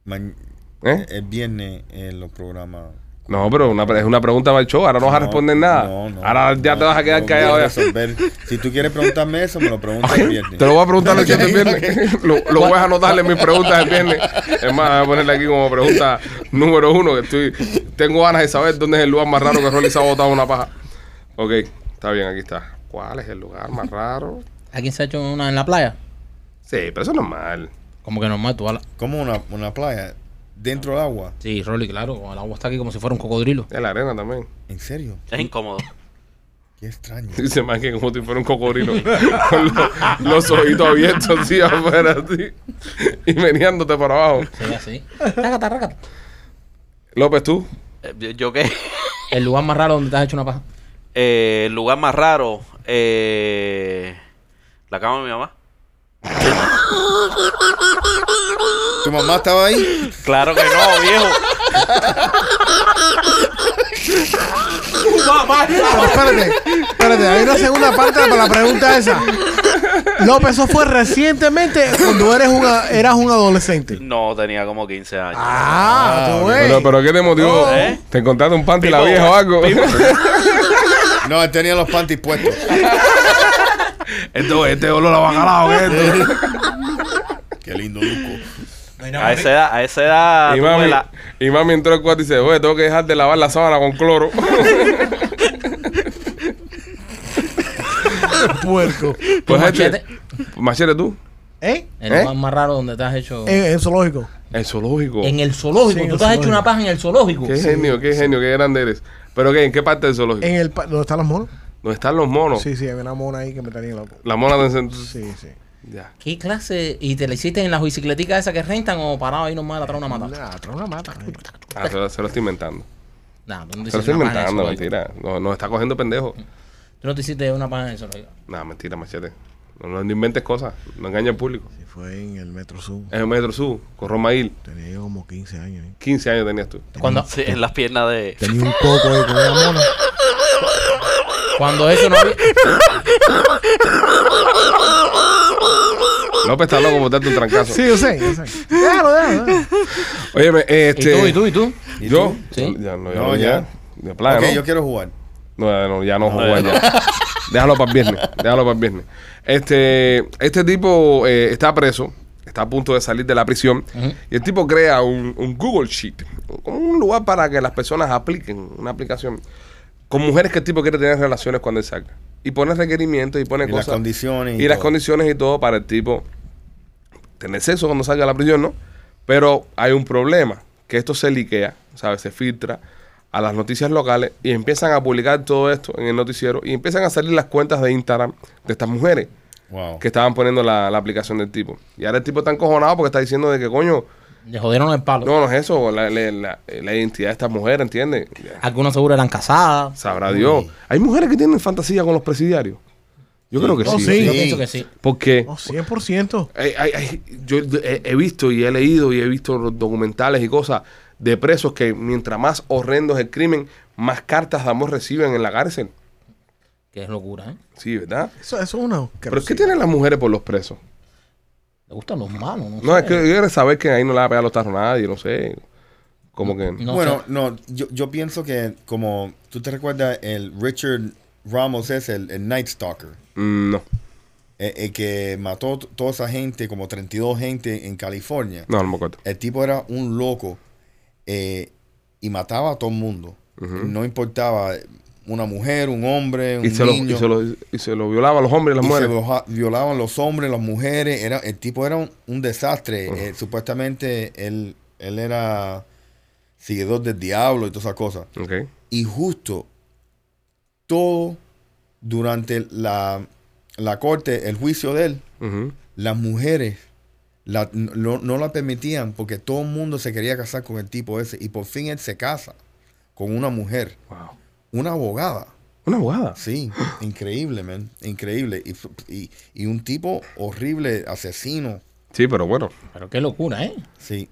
Speaker 4: ma-
Speaker 1: ¿Eh?
Speaker 4: El viernes en los programas.
Speaker 1: No, pero una pre- es una pregunta para el show. Ahora no vas a
Speaker 4: No,
Speaker 1: responder nada.
Speaker 4: no, no,
Speaker 1: Ahora ya
Speaker 4: no,
Speaker 1: te vas a quedar
Speaker 4: no voy
Speaker 1: callado. ya.
Speaker 4: resolver. Si tú quieres preguntarme eso, me lo preguntas el viernes.
Speaker 1: Te lo voy a preguntar el siguiente viernes. lo, lo voy a anotarle en mis preguntas el viernes. Es más, voy a ponerle aquí como pregunta número uno. Que estoy, tengo ganas de saber dónde es el lugar más raro que Rolly se ha botado una paja. Ok, está bien, aquí está. ¿Cuál es el lugar más raro?
Speaker 2: ¿A quién se ha hecho una en la playa?
Speaker 1: Sí, pero eso es normal.
Speaker 2: Como que normal, tú hablas.
Speaker 4: Como una, una playa dentro del agua.
Speaker 2: Sí, Rolly, claro. con El agua está aquí como si fuera un cocodrilo.
Speaker 1: En la arena también.
Speaker 4: ¿En serio?
Speaker 5: Es incómodo.
Speaker 4: Qué extraño.
Speaker 1: Dice más que como si fuera un cocodrilo. con los, los ojitos abiertos así afuera, así. Y meneándote para abajo.
Speaker 2: Sí, así. Rácata, rácata.
Speaker 1: López, tú.
Speaker 5: Eh, yo- ¿Yo qué?
Speaker 2: El lugar más raro donde te has hecho una paja.
Speaker 5: Eh, el lugar más raro. Eh, la cama de mi mamá.
Speaker 4: ¿Tu mamá estaba ahí?
Speaker 5: Claro que no, viejo.
Speaker 3: Pero espérate, espérate, hay una segunda parte para la pregunta esa. López, eso fue recientemente cuando eres un, a- eras un adolescente.
Speaker 5: No, tenía como 15 años.
Speaker 3: Ah, tú ves.
Speaker 1: Pero, pero ¿qué te motivó?
Speaker 5: ¿Eh?
Speaker 1: ¿Te encontraste un panty la
Speaker 5: Pipo,
Speaker 1: vieja o algo?
Speaker 4: No, él tenía los panties puestos.
Speaker 1: Esto, este olor a bacalao, esto.
Speaker 4: Qué lindo luco.
Speaker 5: A esa edad, a esa edad.
Speaker 1: Y
Speaker 5: tú
Speaker 1: mami,
Speaker 5: ves la-
Speaker 1: y mami entró al cuarto y dice, oye, tengo que dejar de lavar la sábana con cloro. Pues,
Speaker 3: Puerco.
Speaker 1: pues
Speaker 2: machete?
Speaker 1: machete. Machete tú.
Speaker 3: ¿Eh?
Speaker 2: El
Speaker 1: ¿Eh?
Speaker 2: lugar más raro donde te has hecho.
Speaker 3: En, en zoológico.
Speaker 1: El zoológico.
Speaker 2: En el zoológico.
Speaker 3: Sí, en
Speaker 2: tú
Speaker 3: el
Speaker 2: te has hecho
Speaker 3: zoológico.
Speaker 2: una paja en el zoológico.
Speaker 1: Qué genio, qué genio, qué grande eres. Pero ¿qué? ¿En qué parte del zoológico?
Speaker 3: En el pa- ¿Dónde están las monos?
Speaker 1: ¿Dónde están los monos?
Speaker 3: Sí, sí, había una mona ahí que me tenía loco.
Speaker 1: La mona de entonces-
Speaker 3: Sí, sí.
Speaker 1: Ya.
Speaker 2: ¿Qué clase? ¿Y te la hiciste en las bicicleticas esas que rentan o parado ahí nomás atrás de una mata?
Speaker 3: Nah, trae una mata. ¿eh? ahí.
Speaker 1: Ah, se, lo, se lo estoy inventando.
Speaker 2: Nah, tú no te
Speaker 1: Se lo
Speaker 2: hiciste
Speaker 1: estoy
Speaker 2: una paja en el
Speaker 1: inventando,
Speaker 2: zoológico.
Speaker 1: mentira. No, nos está cogiendo pendejo.
Speaker 2: Tú no te hiciste una paja en el zoológico.
Speaker 1: Nada, mentira, machete. No, no inventes cosas. No engañes al público.
Speaker 3: Sí, fue en el Metro Sur.
Speaker 1: Es el Metro Sur, con Roma Hill.
Speaker 3: Tenía yo como 15 años. ¿eh?
Speaker 1: 15 años tenías tú.
Speaker 2: Cuando,
Speaker 5: Sí, en las piernas de.
Speaker 3: Tenía un coco ahí con una mona.
Speaker 2: cuando eso no había.
Speaker 1: López está loco por darte un trancazo.
Speaker 3: Sí, yo sé, yo sé. Déjalo, déjalo, déjalo.
Speaker 1: Óyeme,
Speaker 2: ¿Y
Speaker 1: este...
Speaker 2: tú, y tú, y tú?
Speaker 4: ¿Y
Speaker 1: ¿Yo?
Speaker 4: tú?
Speaker 2: Sí.
Speaker 1: Ya, no, ya.
Speaker 4: No,
Speaker 1: no, ya.
Speaker 4: ya.
Speaker 1: De plano,
Speaker 4: Ok,
Speaker 1: ¿no?
Speaker 4: yo quiero jugar.
Speaker 1: No, ya no, ya no jugar ya. Déjalo para el viernes. Déjalo para el viernes. Este, este tipo eh, está preso. Está a punto de salir de la prisión. Y el tipo crea un, un Google Sheet. Como un lugar para que las personas apliquen. Una aplicación. Con mujeres que el tipo quiere tener relaciones cuando él salga. Y pone requerimientos y pone
Speaker 4: Y las
Speaker 1: cosas.
Speaker 4: condiciones.
Speaker 1: Y, las
Speaker 4: todo.
Speaker 1: condiciones y todo para el tipo tener sexo cuando salga de la prisión, ¿no? Pero hay un problema, que esto se liquea, ¿sabes? Se filtra a las noticias locales y empiezan a publicar todo esto en el noticiero y empiezan a salir las cuentas de Instagram de estas mujeres
Speaker 4: Wow.
Speaker 1: que estaban poniendo la, la aplicación del tipo. Y ahora el tipo está encojonado porque está diciendo de que, coño,
Speaker 2: Le jodieron el palo.
Speaker 1: No, no es eso, la, la- la- la identidad de esta mujer, ¿entiendes?
Speaker 2: Algunos seguro eran casadas.
Speaker 1: Sabrá Dios. Hay mujeres que tienen fantasía con los presidiarios. Yo creo que
Speaker 3: Oh,
Speaker 1: sí.
Speaker 3: sí.
Speaker 2: Yo pienso que sí.
Speaker 1: Porque
Speaker 3: Oh, 100%.
Speaker 1: hay- hay- hay- yo he, he visto y he leído y he visto los documentales y cosas de presos que mientras más horrendo es el crimen, más cartas de amor reciben en la cárcel.
Speaker 2: Que es locura, ¿eh?
Speaker 1: Sí, ¿verdad?
Speaker 3: Eso, eso es una.
Speaker 1: Pero es que tienen las mujeres por los presos.
Speaker 2: Le gustan los malos, ¿no?
Speaker 1: No,
Speaker 2: sé.
Speaker 1: es que yo quiero saber que ahí no le va a pegar los tarros a nadie, no sé. Como que.
Speaker 2: No
Speaker 4: bueno,
Speaker 2: sé.
Speaker 4: no, yo, yo pienso que como tú te recuerdas el Richard Ramos es el, el Night Stalker,
Speaker 1: Mm, no.
Speaker 4: el, el que mató t- toda esa gente, como 32 gente en California.
Speaker 1: No, no me acuerdo.
Speaker 4: El tipo era un loco eh, y mataba a todo el mundo. No importaba eh, una mujer, un hombre, un
Speaker 1: Y se, lo,
Speaker 4: niño.
Speaker 1: y, se lo, y se lo violaba a los hombres y las
Speaker 4: Y se
Speaker 1: mujeres.
Speaker 4: vioja- violaban los hombres, las mujeres. Era, el tipo era un, un desastre. Eh, supuestamente él, él era seguidor del diablo y todas esas cosas.
Speaker 1: Ok.
Speaker 4: Y justo todo durante la, la corte, el juicio de él,
Speaker 1: Ujú.
Speaker 4: las mujeres la- no, no la permitían porque todo el mundo se quería casar con el tipo ese. Y por fin él se casa con una mujer,
Speaker 1: Wow.
Speaker 4: una abogada.
Speaker 1: Una abogada.
Speaker 4: Sí, increíble, man. Increíble. Y, y- y un tipo horrible, asesino.
Speaker 1: Sí, pero bueno.
Speaker 2: Pero qué locura, ¿eh? Le
Speaker 4: Sí.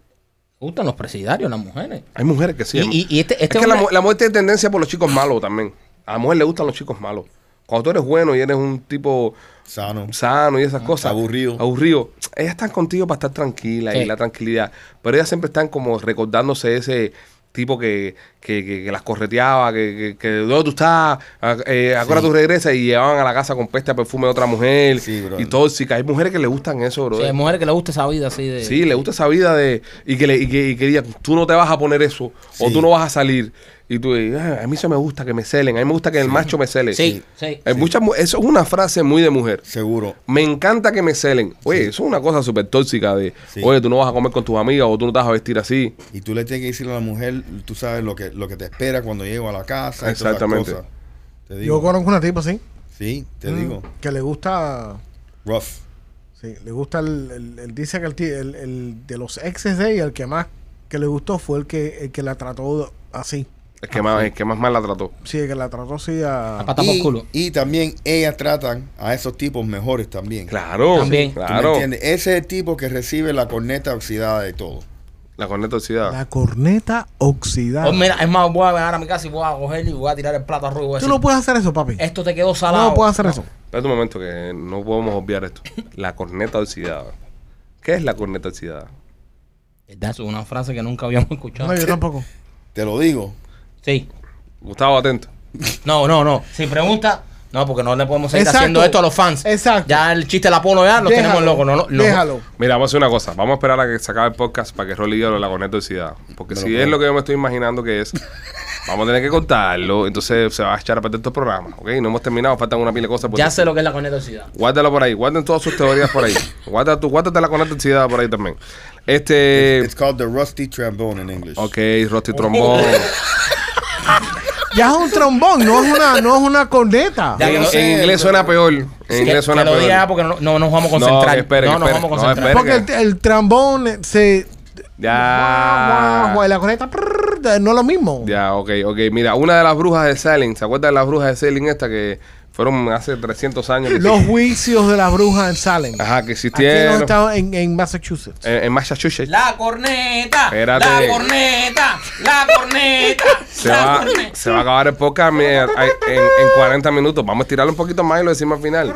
Speaker 2: gustan los presidiarios, las mujeres.
Speaker 1: Hay mujeres que sí.
Speaker 2: Y- y- y este- este
Speaker 1: es que la,
Speaker 2: hombre-
Speaker 1: mu- la mujer tiene tendencia por los chicos malos también. A la mujer le gustan los chicos malos. Cuando tú eres bueno y eres un tipo
Speaker 4: Sano.
Speaker 1: sano y esas cosas.
Speaker 4: Ah, aburrido.
Speaker 1: Aburrido. Ellas están contigo para estar tranquila y
Speaker 2: Sí.
Speaker 1: la tranquilidad. Pero ellas siempre están como recordándose ese tipo que, que, que- que las correteaba, que, que, que, ¿dónde tú estás? ¿A, eh, ¿a qué hora tú regresas? Y llevaban a la casa con peste a perfume de otra mujer.
Speaker 4: Sí, brother.
Speaker 1: y tóxicas. Hay mujeres que le gustan eso, bro.
Speaker 2: O sea, hay mujeres que le gusta esa vida así de.
Speaker 1: Sí, le gusta esa vida de. Y que, le, y que, y que diga, tú no te vas a poner eso. O
Speaker 4: Sí.
Speaker 1: tú no vas a salir. Y tú dices, "Ah, a mí eso me gusta que me celen. A mí me gusta que el macho me cele.
Speaker 2: Sí, sí.
Speaker 1: Hay muchas mu- eso es una frase muy de mujer.
Speaker 4: Seguro.
Speaker 1: Me encanta que me celen. Oye, eso es una cosa súper tóxica de,
Speaker 4: Sí.
Speaker 1: oye, tú no vas a comer con tus amigas o tú no te vas a vestir así.
Speaker 4: Y tú le tienes que decir a la mujer, tú sabes lo que, lo que te espera cuando llego a la casa. y todas esas
Speaker 1: Exactamente.
Speaker 4: cosas. Te
Speaker 3: Yo
Speaker 4: digo.
Speaker 3: conozco una tipa así.
Speaker 4: sí, te
Speaker 3: Mm,
Speaker 4: digo.
Speaker 3: Que le gusta.
Speaker 4: Rough.
Speaker 3: Sí, le gusta el, el- el- dice que el, ti- el- el de los exes de ella, el que más que le gustó fue el que el que la trató así.
Speaker 1: Es que, más, es que más mal la trató.
Speaker 3: Sí, el que la trató así a,
Speaker 2: A pata por
Speaker 4: Y,
Speaker 2: culo.
Speaker 4: y también ellas tratan a esos tipos mejores también.
Speaker 1: Claro.
Speaker 2: También.
Speaker 1: sí,
Speaker 4: ¿Tú me
Speaker 1: Claro.
Speaker 4: entiendes? Ese es el tipo que recibe la corneta oxidada de todo.
Speaker 1: La corneta oxidada.
Speaker 3: la corneta oxidada.
Speaker 2: Oh, mira, es más, voy a llegar a mi casa y voy a coger y voy a tirar el plato arriba. y voy a
Speaker 3: Tú
Speaker 2: decir,
Speaker 3: no puedes hacer eso, papi.
Speaker 2: Esto te quedó salado.
Speaker 3: No puedes hacer eso.
Speaker 1: Espérate un momento que no podemos obviar esto. La corneta oxidada. ¿Qué es la corneta oxidada?
Speaker 2: Esa Es una frase que nunca habíamos escuchado.
Speaker 3: No, yo tampoco.
Speaker 4: Te lo digo.
Speaker 2: Sí.
Speaker 1: Gustavo, atento.
Speaker 2: No, no, no. Si pregunta, no, porque no le podemos seguir
Speaker 3: Exacto.
Speaker 2: haciendo esto a los fans.
Speaker 3: Exacto.
Speaker 2: Ya el chiste del Apolo ya lo
Speaker 3: Déjalo,
Speaker 2: tenemos loco. Ah, No, no, lo-
Speaker 3: Déjalo.
Speaker 1: Mira, vamos a hacer una cosa. Vamos a esperar a que se acabe el podcast para que Rolly diga lo de la corneta oxidada. Porque
Speaker 4: Me
Speaker 1: si
Speaker 4: lo
Speaker 1: es
Speaker 4: creo.
Speaker 1: lo que yo me estoy imaginando que es, vamos a tener que contarlo. Entonces se va a echar a perder todo el programa. ¿Ok? No hemos terminado, faltan una pila de cosas. por
Speaker 2: Ya
Speaker 1: decir.
Speaker 2: sé lo que es la conectosidad.
Speaker 1: Guárdalo por ahí. Guarden todas sus teorías por ahí. Guarda tu, guárdate la corneta oxidada por ahí también. Este.
Speaker 4: It's called the rusty trombone in English.
Speaker 1: Ok,
Speaker 2: Oh.
Speaker 1: Rosti Trombón.
Speaker 3: Ya es un trombón, no es una, no es una corneta.
Speaker 2: Ya, que no-
Speaker 1: en inglés suena peor. En
Speaker 2: que,
Speaker 1: inglés suena
Speaker 2: que lo diga
Speaker 1: peor.
Speaker 2: ya porque no, no nos vamos a concentrar.
Speaker 1: No, esperen,
Speaker 2: no nos
Speaker 1: esperen.
Speaker 2: vamos a
Speaker 1: No,
Speaker 2: concentrar.
Speaker 1: esperen.
Speaker 3: Porque el, el trombón se.
Speaker 2: Ah.
Speaker 1: Ya.
Speaker 3: Guau, guau, guau, y la corneta prrr, no es lo mismo.
Speaker 1: Ya, ok, ok. Mira, una de las brujas de Salem, ¿se acuerdan de las brujas de Salem esta que fueron hace 300 años? que
Speaker 3: Los juicios de la bruja en Salem.
Speaker 1: Ajá, que
Speaker 3: Aquí en, los
Speaker 1: existieron
Speaker 3: Estados- en, en Massachusetts.
Speaker 1: en, en Massachusetts.
Speaker 2: La corneta.
Speaker 1: Espérate.
Speaker 2: La corneta. La corneta.
Speaker 1: se,
Speaker 2: la
Speaker 1: va,
Speaker 2: corneta.
Speaker 1: se va a acabar el podcast mi- en, en 40 minutos. Vamos a estirarlo un poquito más y lo decimos al final.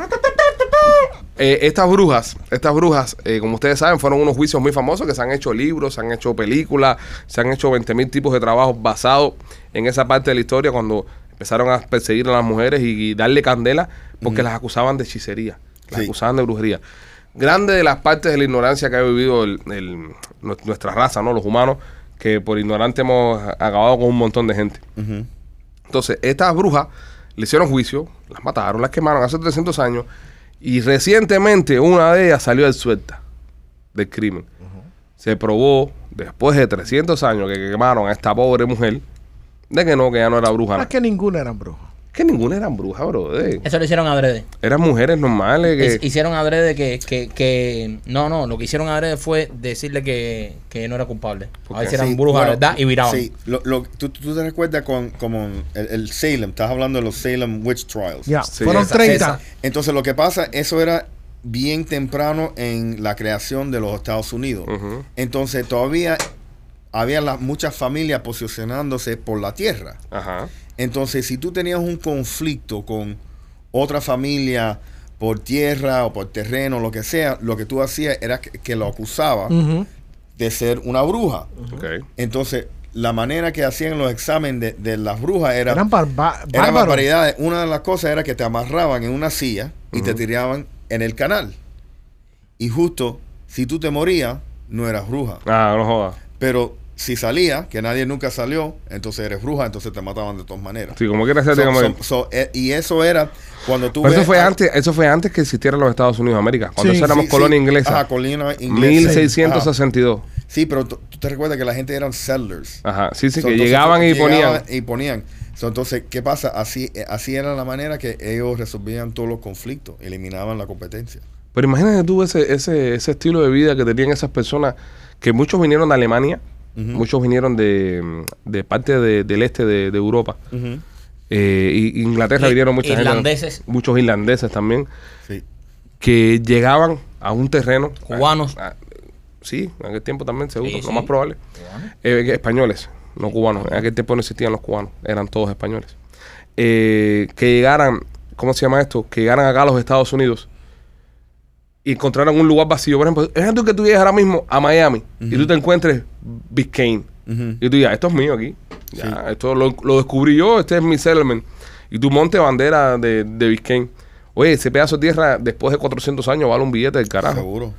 Speaker 1: Eh, estas brujas, estas brujas, eh, como ustedes saben, fueron unos juicios muy famosos que se han hecho libros, se han hecho películas, se han hecho 20.000 tipos de trabajos basados en esa parte de la historia cuando empezaron a perseguir a las mujeres y, y darle candela porque las acusaban de hechicería, las
Speaker 4: Sí.
Speaker 1: acusaban de brujería. Grande de las partes de la ignorancia que ha vivido el- el- nu- nuestra raza, ¿no? Los humanos, que por ignorante hemos acabado con un montón de gente.
Speaker 4: Ujú.
Speaker 1: Entonces, estas brujas le hicieron juicio, las mataron, las quemaron hace 300 años y recientemente una de ellas salió suelta del crimen. Se probó después de 300 años que quemaron a esta pobre mujer de que no, que ya no era bruja,
Speaker 3: No es
Speaker 1: nada,
Speaker 3: que ninguna eran brujas.
Speaker 1: que, Que ninguna eran brujas, bro. eh.
Speaker 2: Eso lo hicieron adrede.
Speaker 1: Eran mujeres normales que...
Speaker 2: Hic- Hicieron adrede que, que, que- No, no, lo que hicieron adrede fue decirle que, que no era culpable. A
Speaker 1: Porque
Speaker 2: ver si eran
Speaker 4: Sí,
Speaker 2: brujas,
Speaker 4: bueno,
Speaker 2: ¿verdad? Y viraban.
Speaker 4: Sí, lo, lo- tú, tú te recuerdas con, como el, el Salem, estás hablando de los Salem Witch Trials.
Speaker 3: Ya,
Speaker 1: Sí,
Speaker 3: fueron
Speaker 1: esa-
Speaker 3: 30.
Speaker 2: esa.
Speaker 4: Entonces lo que pasa, eso era bien temprano en la creación de los Estados Unidos.
Speaker 1: Ujú.
Speaker 4: Entonces todavía había las muchas familias posicionándose por la tierra.
Speaker 1: Ajá.
Speaker 4: Entonces, si tú tenías un conflicto con otra familia por tierra o por terreno, lo que sea, lo que tú hacías era que, que lo acusaba
Speaker 3: Ujú.
Speaker 4: de ser una bruja.
Speaker 1: Ok.
Speaker 4: Entonces, la manera que hacían los exámenes de, de las brujas era,
Speaker 3: Eran barba-
Speaker 4: era
Speaker 3: bárbaros.
Speaker 4: barbaridades. Una de las cosas era que te amarraban en una silla y te tiraban en el canal. Y justo, si tú te morías, no eras bruja.
Speaker 1: Ah, no jodas.
Speaker 4: Pero si salías, que nadie nunca salió, entonces eres bruja, entonces te mataban de todas maneras.
Speaker 1: Sí, como quieras hacerte
Speaker 4: So-
Speaker 1: como...
Speaker 4: so- so, eh, y eso era cuando tú
Speaker 1: Pero eso
Speaker 4: ves
Speaker 1: fue
Speaker 4: a-
Speaker 1: antes, eso fue antes que existieran los Estados Unidos de América, cuando
Speaker 3: Sí,
Speaker 1: eso éramos
Speaker 4: sí,
Speaker 1: colonia
Speaker 4: sí.
Speaker 1: inglesa.
Speaker 4: Ajá, colonia inglesa.
Speaker 1: 1662.
Speaker 4: Ajá. Sí, pero tú tú te recuerdas que la gente eran settlers.
Speaker 1: Ajá. Sí, sí,
Speaker 4: So,
Speaker 1: Ah, que
Speaker 4: entonces,
Speaker 1: llegaban y ponían.
Speaker 4: llegaban eh. y ponían. So, entonces, ¿qué pasa? Así, eh, así era la manera que ellos resolvían todos los conflictos, eliminaban la competencia.
Speaker 1: Pero imagínate tú ese, ese, ese estilo de vida que tenían esas personas, que muchos vinieron de Alemania, muchos vinieron de, de parte de- del este de, de Europa. Eh, y Inglaterra
Speaker 2: Ir-
Speaker 1: vinieron muchas
Speaker 2: irlandeses.
Speaker 1: muchos irlandeses también,
Speaker 4: Sí.
Speaker 1: que llegaban a un terreno.
Speaker 2: Cubanos.
Speaker 1: Ah, ah, sí, en aquel tiempo también seguro,
Speaker 2: Sí,
Speaker 1: lo
Speaker 2: sí.
Speaker 1: más probable. Eh, que españoles, no cubanos. En aquel tiempo no existían los cubanos, eran todos españoles. Eh, que llegaran, ¿cómo se llama esto? Que llegaran acá a los Estados Unidos y encontraran un lugar vacío. Por ejemplo, es tú que tú llegas ahora mismo a Miami y tú te encuentres Biscayne.
Speaker 4: Ujú.
Speaker 1: Y tú digas, esto es mío aquí. Ya, Esto lo, lo descubrí yo, este es mi settlement. Y tú monte bandera de, de Biscayne. Oye, ese pedazo de tierra después de 400 años vale un billete del carajo.
Speaker 4: Seguro.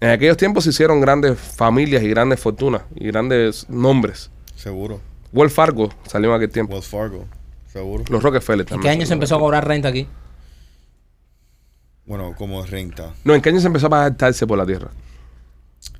Speaker 1: En aquellos tiempos se hicieron grandes familias y grandes fortunas y grandes nombres.
Speaker 4: Seguro.
Speaker 1: Wells Fargo salió en aquel tiempo.
Speaker 4: Wells Fargo. Seguro.
Speaker 1: Los Rockefeller
Speaker 2: ¿En
Speaker 1: también.
Speaker 2: qué año se
Speaker 1: salieron.
Speaker 2: empezó a cobrar renta aquí?
Speaker 4: Bueno, como renta.
Speaker 1: No, ¿en qué año se empezó a pagar taxes por la tierra?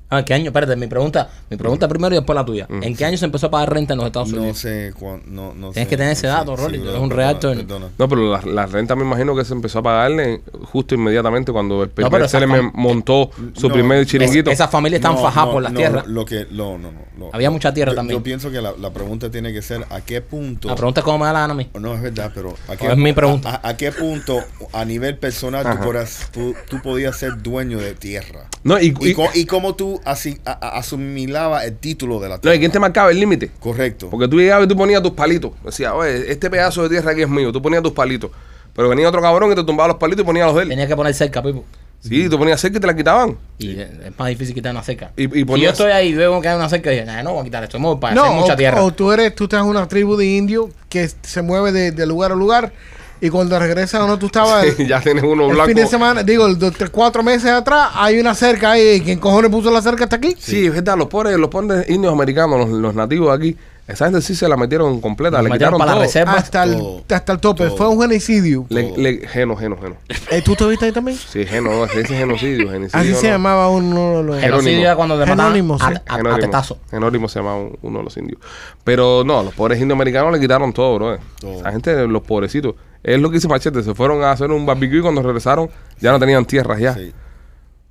Speaker 2: Ah, ¿qué año? Espérate, mi pregunta, mi pregunta primero y después la tuya. ¿En qué año se empezó a pagar renta en los Estados
Speaker 4: No
Speaker 2: Unidos?
Speaker 4: sé cuán- no, no
Speaker 2: Tienes
Speaker 4: sé.
Speaker 2: que tener ese
Speaker 4: No sé.
Speaker 2: dato, Rolly, tú eres
Speaker 4: perdona,
Speaker 2: un reactor.
Speaker 4: perdona.
Speaker 1: No, pero la, la renta me imagino que se empezó a pagarle justo inmediatamente cuando el primer
Speaker 2: pero esa
Speaker 1: Telemen
Speaker 2: fam-
Speaker 1: montó su
Speaker 4: No,
Speaker 1: primer
Speaker 4: es-
Speaker 1: chiringuito.
Speaker 2: Esas familias están fajadas por las
Speaker 4: no,
Speaker 2: tierras.
Speaker 4: Lo que, no, no, no, no.
Speaker 2: Había mucha tierra
Speaker 4: Yo-
Speaker 2: también.
Speaker 4: Yo pienso que la, la pregunta tiene que ser a qué punto.
Speaker 2: la pregunta es cómo me da la gana a mí.
Speaker 4: no es verdad, pero a
Speaker 2: es mi pregunta.
Speaker 4: A, a qué punto a nivel personal tú, podrás- tú, tú podías ser dueño de tierra
Speaker 1: no, y,
Speaker 4: y,
Speaker 1: y-
Speaker 4: co- y cómo tú asi- a- a- asimilabas el título de la
Speaker 1: no,
Speaker 4: tierra.
Speaker 1: ¿y quién te marcaba el límite?
Speaker 4: Correcto.
Speaker 1: Porque tú llegabas y tú ponías tus palitos. Decías, oye, este pedazo de tierra aquí es mío. Tú ponías tus palitos. Pero venía otro cabrón que te tumbaba los palitos y ponía los de él.
Speaker 2: Tenía que poner cerca, Pipo.
Speaker 1: Sí, tú ponías cerca y te la quitaban.
Speaker 2: Y eh, es más difícil quitar una cerca.
Speaker 1: Y- y
Speaker 2: si yo
Speaker 1: ponías-
Speaker 2: estoy ahí y veo que hay una cerca y dije, "Nah, no voy a quitar esto, me voy para
Speaker 3: No,
Speaker 2: hacer mucha
Speaker 3: o,
Speaker 2: tierra.
Speaker 3: o tú eres, tú estás en una tribu de indios que se mueve de, de lugar a lugar y cuando regresas donde tú estabas el,
Speaker 1: ya tienes uno
Speaker 3: Ah, el
Speaker 1: blanco.
Speaker 3: fin de semana, digo, el, dos, tres, cuatro meses atrás, hay una cerca ahí. ¿Quién cojones puso la cerca hasta aquí?
Speaker 1: Sí, es verdad, los pobres, los pobres indios americanos, los, los nativos de aquí, esa gente sí se la metieron completa,
Speaker 2: Nos
Speaker 1: le
Speaker 2: metieron
Speaker 1: quitaron
Speaker 2: para la
Speaker 1: todo.
Speaker 2: reserva.
Speaker 3: hasta, el,
Speaker 4: todo,
Speaker 3: hasta el tope.
Speaker 4: todo.
Speaker 3: Fue un genocidio.
Speaker 1: Le- le- geno, geno, geno.
Speaker 3: Eh, ¿Tú te viste ahí también?
Speaker 1: Sí, geno, ese es genocidio, genocidio.
Speaker 3: Así se
Speaker 1: no.
Speaker 3: llamaba uno de los...
Speaker 1: Genocidio.
Speaker 2: Genocidio era cuando te mataban
Speaker 3: Genónimo, sí.
Speaker 2: a, a- a
Speaker 1: Genónimo.
Speaker 2: tetazo.
Speaker 1: Genónimo se llamaba un- uno de los indios. Pero no, los pobres indios americanos le quitaron todo, bro.
Speaker 4: Todo.
Speaker 1: La gente, los pobrecitos. Es lo que hice Machete, se fueron a hacer un barbecue y cuando regresaron ya no tenían tierras ya.
Speaker 4: Sí.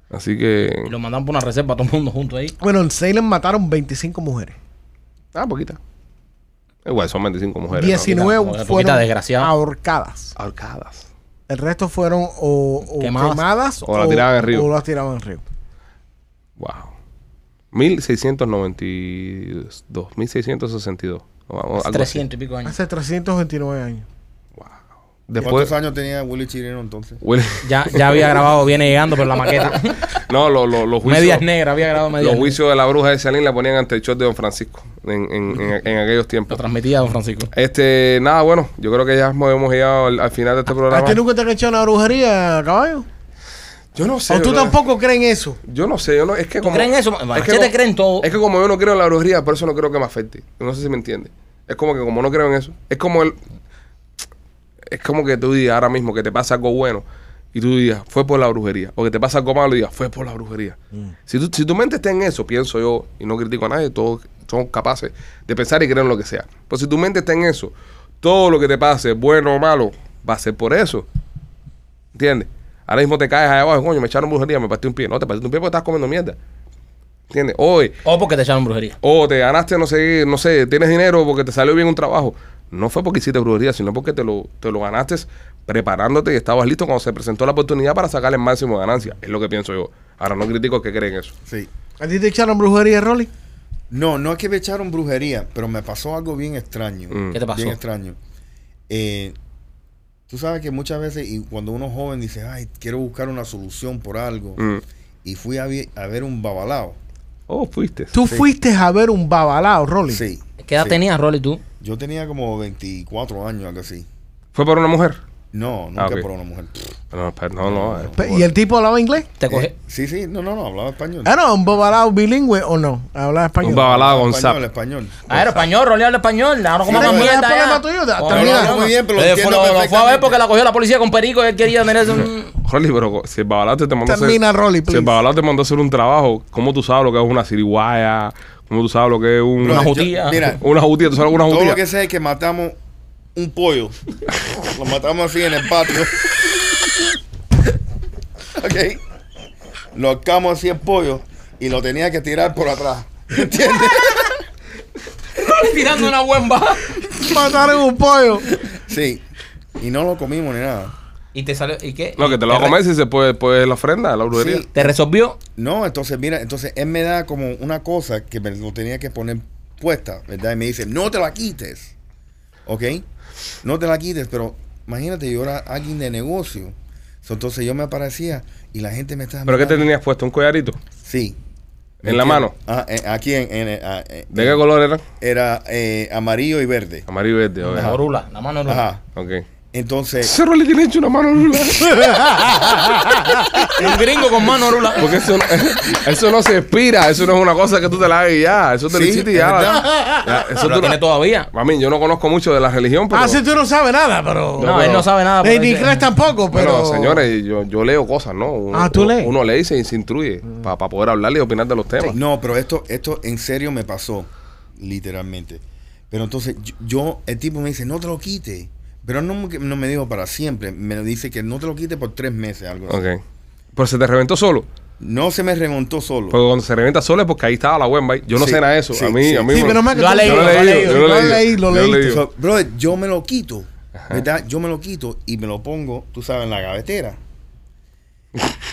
Speaker 1: Así que...
Speaker 2: Y lo mandaban por una reserva todo el mundo junto ahí.
Speaker 3: Bueno, en Salem mataron 25 mujeres.
Speaker 1: Ah, poquita. Igual, son 25 mujeres. ¿no?
Speaker 3: 19
Speaker 2: poquita- poquita
Speaker 3: fueron
Speaker 2: desgraciada.
Speaker 3: ahorcadas.
Speaker 1: Ahorcadas.
Speaker 3: El resto fueron o, o
Speaker 2: Quemadas.
Speaker 3: quemadas,
Speaker 1: O la tiraban al río.
Speaker 3: o las tiraban al río.
Speaker 1: Wow. 1692, 1662. Vamos, algo
Speaker 2: Hace
Speaker 1: así.
Speaker 2: 300 y pico años.
Speaker 3: Hace 329 años.
Speaker 1: Después,
Speaker 4: ¿Cuántos años tenía Willy Chirino entonces?
Speaker 1: Will-
Speaker 2: Ya, ya había grabado, viene llegando por la maqueta.
Speaker 1: no, lo- lo- los juicios.
Speaker 2: medias negras, había grabado medias
Speaker 1: Los
Speaker 2: negras.
Speaker 1: juicios de la bruja de Salín la ponían ante el short de Don Francisco en, en- en- en aquellos
Speaker 2: Lo
Speaker 1: tiempos.
Speaker 2: transmitía don Francisco.
Speaker 1: Este, nada, bueno, yo creo que ya hemos hemos llegado al, al final de este
Speaker 3: ¿A
Speaker 1: programa.
Speaker 3: ti nunca te han hecho una brujería, caballo?
Speaker 1: Yo no sé.
Speaker 3: ¿O tú
Speaker 1: bro.
Speaker 3: tampoco crees en eso?
Speaker 1: Yo no sé, yo no, es que
Speaker 2: ¿Tú
Speaker 1: como.
Speaker 2: creen eso? Machete
Speaker 1: como-
Speaker 2: cree en todo.
Speaker 1: Es que como yo no creo en la brujería, por eso no creo que me afecte. No sé si me entiende. Es como que como no creo en eso. Es como el. Es como que tú digas ahora mismo que te pasa algo bueno y tú digas, fue por la brujería. O que te pasa algo malo y digas, fue por la brujería.
Speaker 2: Mm.
Speaker 1: Si, tú, si tu mente está en eso, pienso yo, y no critico a nadie, todos somos capaces de pensar y creer en lo que sea. Pero si tu mente está en eso, Todo lo que te pase, bueno o malo, va a ser por eso. ¿Entiendes? Ahora mismo te caes allá abajo, coño, me echaron brujería, me partí un pie. No, te partiste un pie porque estás comiendo mierda. ¿Entiendes? Hoy,
Speaker 2: O porque te echaron brujería.
Speaker 1: o te ganaste, no sé, no sé, tienes dinero porque te salió bien un trabajo. No fue porque hiciste brujería, sino porque te lo, te lo ganaste preparándote y estabas listo cuando se presentó la oportunidad para sacar el máximo de ganancia. Es lo que pienso yo. Ahora no critico que creen eso.
Speaker 4: Sí.
Speaker 3: ¿A ti te echaron brujería, Rolly?
Speaker 4: No, no es que me echaron brujería, pero me pasó algo bien extraño.
Speaker 1: Mm.
Speaker 2: ¿Qué te pasó?
Speaker 4: Bien extraño. Eh, tú sabes que muchas veces, y cuando uno es joven dice, ay, quiero buscar una solución por algo,
Speaker 1: Mm.
Speaker 4: y fui a, vi- a ver un babalao.
Speaker 1: Oh, fuiste.
Speaker 3: Tú fuiste a ver un babalao, Rolly.
Speaker 4: Sí.
Speaker 2: ¿Qué edad
Speaker 4: sí.
Speaker 2: tenías, Rolly, tú?
Speaker 4: Yo tenía como 24 años, algo así.
Speaker 1: ¿Fue por una mujer?
Speaker 4: No, nunca
Speaker 1: Ah, ok.
Speaker 4: por una mujer.
Speaker 1: No, espera, no, no. eh.
Speaker 3: Pe- ¿Y el tipo hablaba inglés?
Speaker 2: Te coge-
Speaker 4: Eh, sí, sí, no, no, no, hablaba español.
Speaker 3: ¿Era un babalao bilingüe o no? Hablaba español.
Speaker 1: Un babalao
Speaker 4: Hablaba
Speaker 1: Gonzalo.
Speaker 4: Español, español.
Speaker 2: Ah, era español, Rolly habla español. Ahora como
Speaker 4: Sí,
Speaker 2: más
Speaker 4: pero
Speaker 2: mierda
Speaker 3: ese es el
Speaker 2: ya.
Speaker 3: problema tuyo, ta-
Speaker 2: Oh,
Speaker 4: también
Speaker 2: no,
Speaker 4: habla
Speaker 2: no,
Speaker 4: muy
Speaker 2: no.
Speaker 4: bien, pero lo
Speaker 2: Eh,
Speaker 4: entiendo
Speaker 2: fue- Lo fue a ver
Speaker 4: perfectamente.
Speaker 2: porque la cogió la policía con perico y él quería tener ese- un...
Speaker 1: Rolly, pero si el babalao te te mandó a hacer-
Speaker 3: Termina,
Speaker 1: Si
Speaker 3: Rolly,
Speaker 1: el
Speaker 3: please.
Speaker 1: babalao te mandó a hacer un trabajo, ¿cómo tú sabes lo que es una ciriguaya? ¿Cómo tú sabes lo que es un-
Speaker 4: Brother,
Speaker 2: Una
Speaker 4: yo-
Speaker 2: jutilla.
Speaker 4: Mira,
Speaker 1: una jutilla? ¿Tú sabes lo que es una
Speaker 4: todo lo
Speaker 1: jutilla?
Speaker 4: que sé es que matamos un pollo. lo matamos así en el patio. ok. Lo ahorcamos así el pollo y lo tenía que tirar por atrás. ¿Entiendes?
Speaker 2: tirando una bomba.
Speaker 3: Mataron un pollo.
Speaker 4: Sí. Y no lo comimos ni nada.
Speaker 2: Y te salió. ¿Y qué?
Speaker 1: No, que te lo va a
Speaker 2: re-
Speaker 1: comer si se puede, puede la ofrenda, la brujería.
Speaker 4: Sí.
Speaker 2: ¿Te resolvió?
Speaker 4: No, entonces, mira, entonces él me da como una cosa que me lo tenía que poner puesta, ¿verdad? Y me dice, no te la quites. ¿Ok? No te la quites, pero imagínate, yo era alguien de negocio. So, Entonces yo me aparecía y la gente me estaba.
Speaker 1: ¿Pero qué te
Speaker 4: mirando.
Speaker 1: tenías puesto? ¿Un collarito?
Speaker 4: Sí.
Speaker 1: ¿En la mano?
Speaker 4: Ajá, eh, aquí en. en, eh, ah, eh,
Speaker 1: ¿De qué color eran?
Speaker 4: Era eh, amarillo y verde.
Speaker 1: Amarillo y verde. ok.
Speaker 2: La orula, la mano orula.
Speaker 4: Ajá.
Speaker 1: Ok.
Speaker 4: Entonces.
Speaker 1: Ese Rolly tiene hecho una mano orula.
Speaker 2: Un gringo con mano orula.
Speaker 1: Porque eso no, eso no se expira. Eso no es una cosa que tú te la hagas y ya. Eso te lo
Speaker 4: Sí,
Speaker 1: hiciste y
Speaker 4: es
Speaker 1: ya.
Speaker 4: verdad.
Speaker 1: Ya,
Speaker 2: Eso
Speaker 1: Eso
Speaker 2: lo
Speaker 1: tú
Speaker 2: tiene
Speaker 1: no-
Speaker 2: todavía.
Speaker 1: Mami, yo no conozco mucho de la religión, pero...
Speaker 3: Ah, sí, tú no sabes nada, pero...
Speaker 2: No, él
Speaker 1: pero-
Speaker 2: no sabe nada.
Speaker 3: Ni-
Speaker 2: pero
Speaker 3: ni
Speaker 2: dice-
Speaker 3: crees tampoco, pero...
Speaker 1: Bueno, señores, yo, yo leo cosas, ¿no? Uno,
Speaker 3: Ah, ¿tú
Speaker 1: uno-
Speaker 3: lees?
Speaker 1: Uno lee y se, se instruye para poder hablar y opinar de los temas.
Speaker 4: No, pero esto, esto en serio me pasó, literalmente. Pero entonces yo, yo- el tipo me dice, no te lo quite. Pero no, me- no me dijo para siempre, me dice que no te lo quite por tres meses, algo así.
Speaker 1: Ok. Pero se te reventó solo.
Speaker 4: No se me remontó solo.
Speaker 1: Porque cuando se reventa solo es porque ahí estaba la wemba. Yo no
Speaker 4: Sí,
Speaker 1: sé nada de eso.
Speaker 4: sí,
Speaker 1: a mí,
Speaker 4: sí.
Speaker 1: a mí...
Speaker 3: Sí,
Speaker 1: me-
Speaker 3: menos mal que
Speaker 2: Lo
Speaker 3: tú-
Speaker 2: ha leído,
Speaker 1: Yo lo he leído, yo lo he
Speaker 3: leí,
Speaker 1: leído.
Speaker 3: lo
Speaker 1: Yo lo he
Speaker 3: leí.
Speaker 1: leído.
Speaker 4: So, brother, yo me lo quito, ¿verdad? Yo me lo quito y me lo pongo, tú sabes, en la gavetera.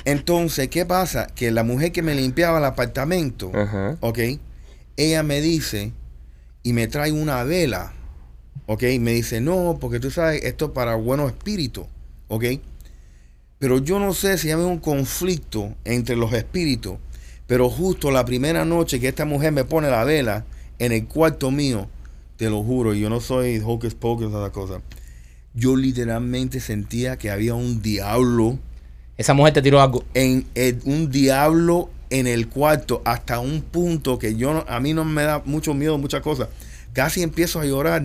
Speaker 4: Entonces, ¿qué pasa? Que la mujer que me limpiaba el apartamento,
Speaker 1: Ajá.
Speaker 4: ¿ok? Ella me dice y me trae una vela, ¿ok? Y me dice, no, porque tú sabes, esto es para buenos espíritus, ¿ok? Pero yo no sé si hay un conflicto entre los espíritus, pero justo la primera noche que esta mujer me pone la vela en el cuarto mío, te lo juro, yo no soy hocus pocus, esas cosas. Yo literalmente sentía que había un diablo
Speaker 2: Esa mujer te tiró algo.
Speaker 4: en, en- un diablo en el cuarto hasta un punto que yo no- a mí no me da mucho miedo muchas cosas casi empiezo a llorar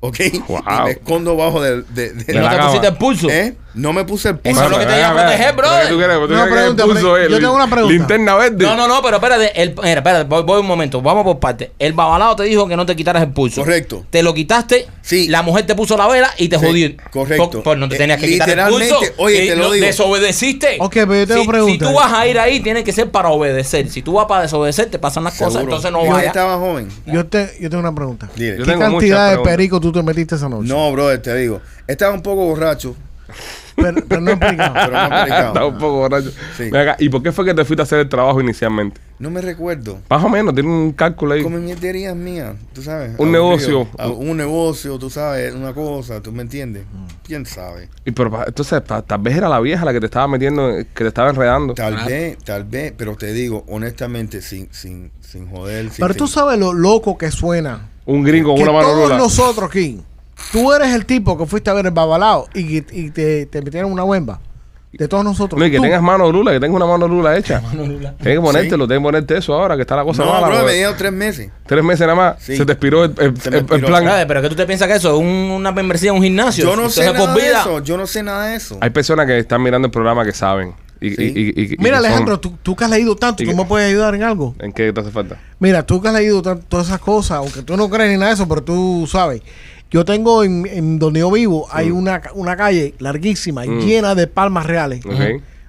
Speaker 4: ok
Speaker 1: Wow.
Speaker 4: y me escondo bajo del de, de-
Speaker 2: Y
Speaker 1: De
Speaker 2: no
Speaker 1: la
Speaker 2: te
Speaker 1: cama.
Speaker 2: pusiste el pulso.
Speaker 4: ¿Eh? no me puse el
Speaker 2: Eso
Speaker 4: pulso
Speaker 2: es lo que te iba a proteger, brother.
Speaker 1: ¿Tú quieres, tú
Speaker 3: Una
Speaker 1: quieres que
Speaker 3: pregunta,
Speaker 1: el pulso
Speaker 3: pre-
Speaker 1: es
Speaker 3: yo tengo una pregunta.
Speaker 1: Linterna verde.
Speaker 2: No, no, no, pero espérate, el, mira, espérate, voy, voy un momento, vamos por partes. El babalao te dijo que no te quitaras el pulso.
Speaker 4: Correcto.
Speaker 2: Te lo quitaste,
Speaker 4: Sí.
Speaker 2: la mujer te puso la vela y te
Speaker 4: Sí,
Speaker 2: jodió.
Speaker 4: correcto.
Speaker 2: Por, por no te
Speaker 4: Eh,
Speaker 2: tenías que quitar el pulso.
Speaker 4: literalmente, oye,
Speaker 2: y
Speaker 4: te lo
Speaker 2: no-
Speaker 4: digo.
Speaker 2: Desobedeciste.
Speaker 3: Ok, pero yo tengo
Speaker 2: si,
Speaker 3: pregunta.
Speaker 2: Si tú vas a ir ahí, tiene que ser para obedecer. Si tú vas para desobedecer, te pasan las cosas,
Speaker 4: Seguro.
Speaker 2: entonces no
Speaker 4: yo
Speaker 2: vayas.
Speaker 4: estaba joven
Speaker 3: Yo, te, yo tengo una pregunta.
Speaker 4: Dile.
Speaker 1: Yo
Speaker 3: ¿Qué
Speaker 1: tengo
Speaker 3: cantidad
Speaker 1: muchas
Speaker 3: de
Speaker 1: preguntas.
Speaker 3: perico tú te metiste esa noche?
Speaker 4: no brother te digo estaba un poco borracho
Speaker 3: Pero, pero no he explicado.
Speaker 4: pero no me
Speaker 1: Está un
Speaker 4: explicaba.
Speaker 1: poco borracho.
Speaker 4: Sí.
Speaker 1: Ven acá, ¿Y por qué fue que te fuiste a hacer el trabajo inicialmente?
Speaker 4: no me recuerdo
Speaker 1: Más o menos, tiene un cálculo ahí.
Speaker 4: como mierderías mías tú sabes
Speaker 1: Un negocio.
Speaker 4: A- un negocio tú sabes una cosa tú me entiendes quién sabe
Speaker 1: Y pero, pa- entonces, pa- tal vez era la vieja la que te estaba metiendo, eh, que te estaba enredando.
Speaker 4: Tal vez, tal vez, pero te digo, honestamente, sin, sin, sin joder. sin-
Speaker 3: Pero tú
Speaker 4: sin-
Speaker 3: sabes lo loco que suena.
Speaker 1: Un gringo con
Speaker 3: Que
Speaker 1: una mano
Speaker 3: todos
Speaker 1: rula.
Speaker 3: nosotros aquí, tú eres el tipo que fuiste a ver el babalao y, y te, te metieron una huemba. De todos nosotros.
Speaker 1: No, y que
Speaker 3: tú.
Speaker 1: tengas mano rula, que tengas una mano rula hecha. Tienes que ponértelo, tienes que ponerte eso ahora, que está la cosa
Speaker 4: No,
Speaker 1: mala.
Speaker 4: bro, me
Speaker 1: porque
Speaker 4: dieron tres meses.
Speaker 1: Tres meses nada más,
Speaker 4: Sí.
Speaker 1: se te expiró el, el-
Speaker 4: Se me
Speaker 1: el- el
Speaker 4: expiró.
Speaker 1: plan.
Speaker 2: Brother, pero que tú te piensas que eso es un- una membresía en un gimnasio.
Speaker 4: Yo no
Speaker 2: Eso
Speaker 4: sé
Speaker 2: es por
Speaker 4: nada de
Speaker 2: vida.
Speaker 4: eso. Yo no sé nada de eso.
Speaker 1: Hay personas que están mirando el programa que saben. Y,
Speaker 4: Sí.
Speaker 1: y- y- y- y
Speaker 3: Mira,
Speaker 1: que
Speaker 3: Alejandro,
Speaker 1: son-
Speaker 3: tú, tú que has leído tanto,
Speaker 1: y
Speaker 3: ¿tú
Speaker 1: que-
Speaker 3: me puedes ayudar en algo?
Speaker 1: ¿en qué te hace falta?
Speaker 3: Mira, tú que has leído tan- todas esas cosas, aunque tú no crees ni nada de eso, pero tú sabes. Yo tengo en, en donde yo vivo, hay
Speaker 1: Mm.
Speaker 3: una, ca- una calle larguísima, llena de palmas reales.
Speaker 1: Ok.
Speaker 3: Ajá.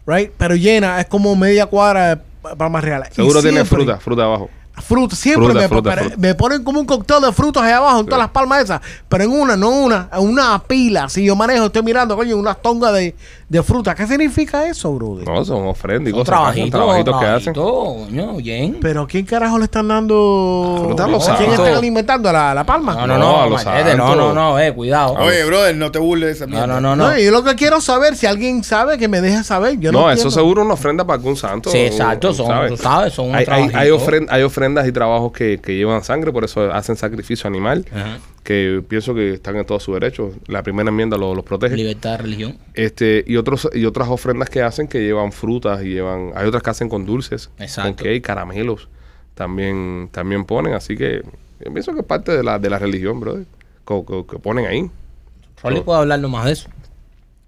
Speaker 3: Right? Pero llena, es como media cuadra de pa- palmas reales. Y
Speaker 1: Seguro tiene
Speaker 3: siempre-
Speaker 1: fruta, fruta abajo.
Speaker 3: Fruta, siempre
Speaker 1: Fruta,
Speaker 3: me,
Speaker 1: fruta,
Speaker 3: prepara-
Speaker 1: fruta.
Speaker 3: me ponen como un cóctel de frutas allá abajo en todas las palmas esas. Pero en una, no una, en una pila. Si yo manejo, estoy mirando, coño, unas tongas de, de fruta. ¿Qué significa eso, brother?
Speaker 1: No, son ofrendas y
Speaker 2: Son
Speaker 1: cosas. Trabajitos,
Speaker 2: trabajitos,
Speaker 1: trabajitos que hacen.
Speaker 2: trabajitos, coño, bien.
Speaker 3: Pero ¿quién carajo le están dando?
Speaker 1: Fruta a los
Speaker 3: ¿Quién
Speaker 1: santos.
Speaker 3: están alimentando? ¿A ¿La, la palma?
Speaker 2: No, no,
Speaker 1: No, a
Speaker 2: no,
Speaker 1: los
Speaker 2: Machete, no,
Speaker 1: santos.
Speaker 2: no, no, eh, cuidado.
Speaker 4: Oye, brother, no te burles de esa
Speaker 2: No,
Speaker 4: mierda.
Speaker 2: no, no, no.
Speaker 3: No, yo lo que quiero saber, si alguien sabe, que me deje saber. Yo no,
Speaker 1: no, eso
Speaker 3: entiendo.
Speaker 1: seguro una ofrenda para algún santo.
Speaker 2: Sí, exacto, son- tú sabes, son unos
Speaker 1: hay, hay, hay,
Speaker 2: trabajitos.
Speaker 1: ofren- hay ofrendas y trabajos que, que llevan sangre, por eso hacen sacrificio animal,
Speaker 2: Ajá.
Speaker 1: que pienso que están en todos sus derechos. La primera enmienda lo- los protege.
Speaker 2: Libertad de religión.
Speaker 1: Este, y otros y otras ofrendas que hacen que llevan frutas y llevan hay otras que hacen con dulces,
Speaker 2: Exacto.
Speaker 1: con cake, caramelos también también ponen, así que yo pienso que es parte de la de la religión, brother, co- co- que, ponen ahí.
Speaker 2: Rolly puede hablarnos más de eso.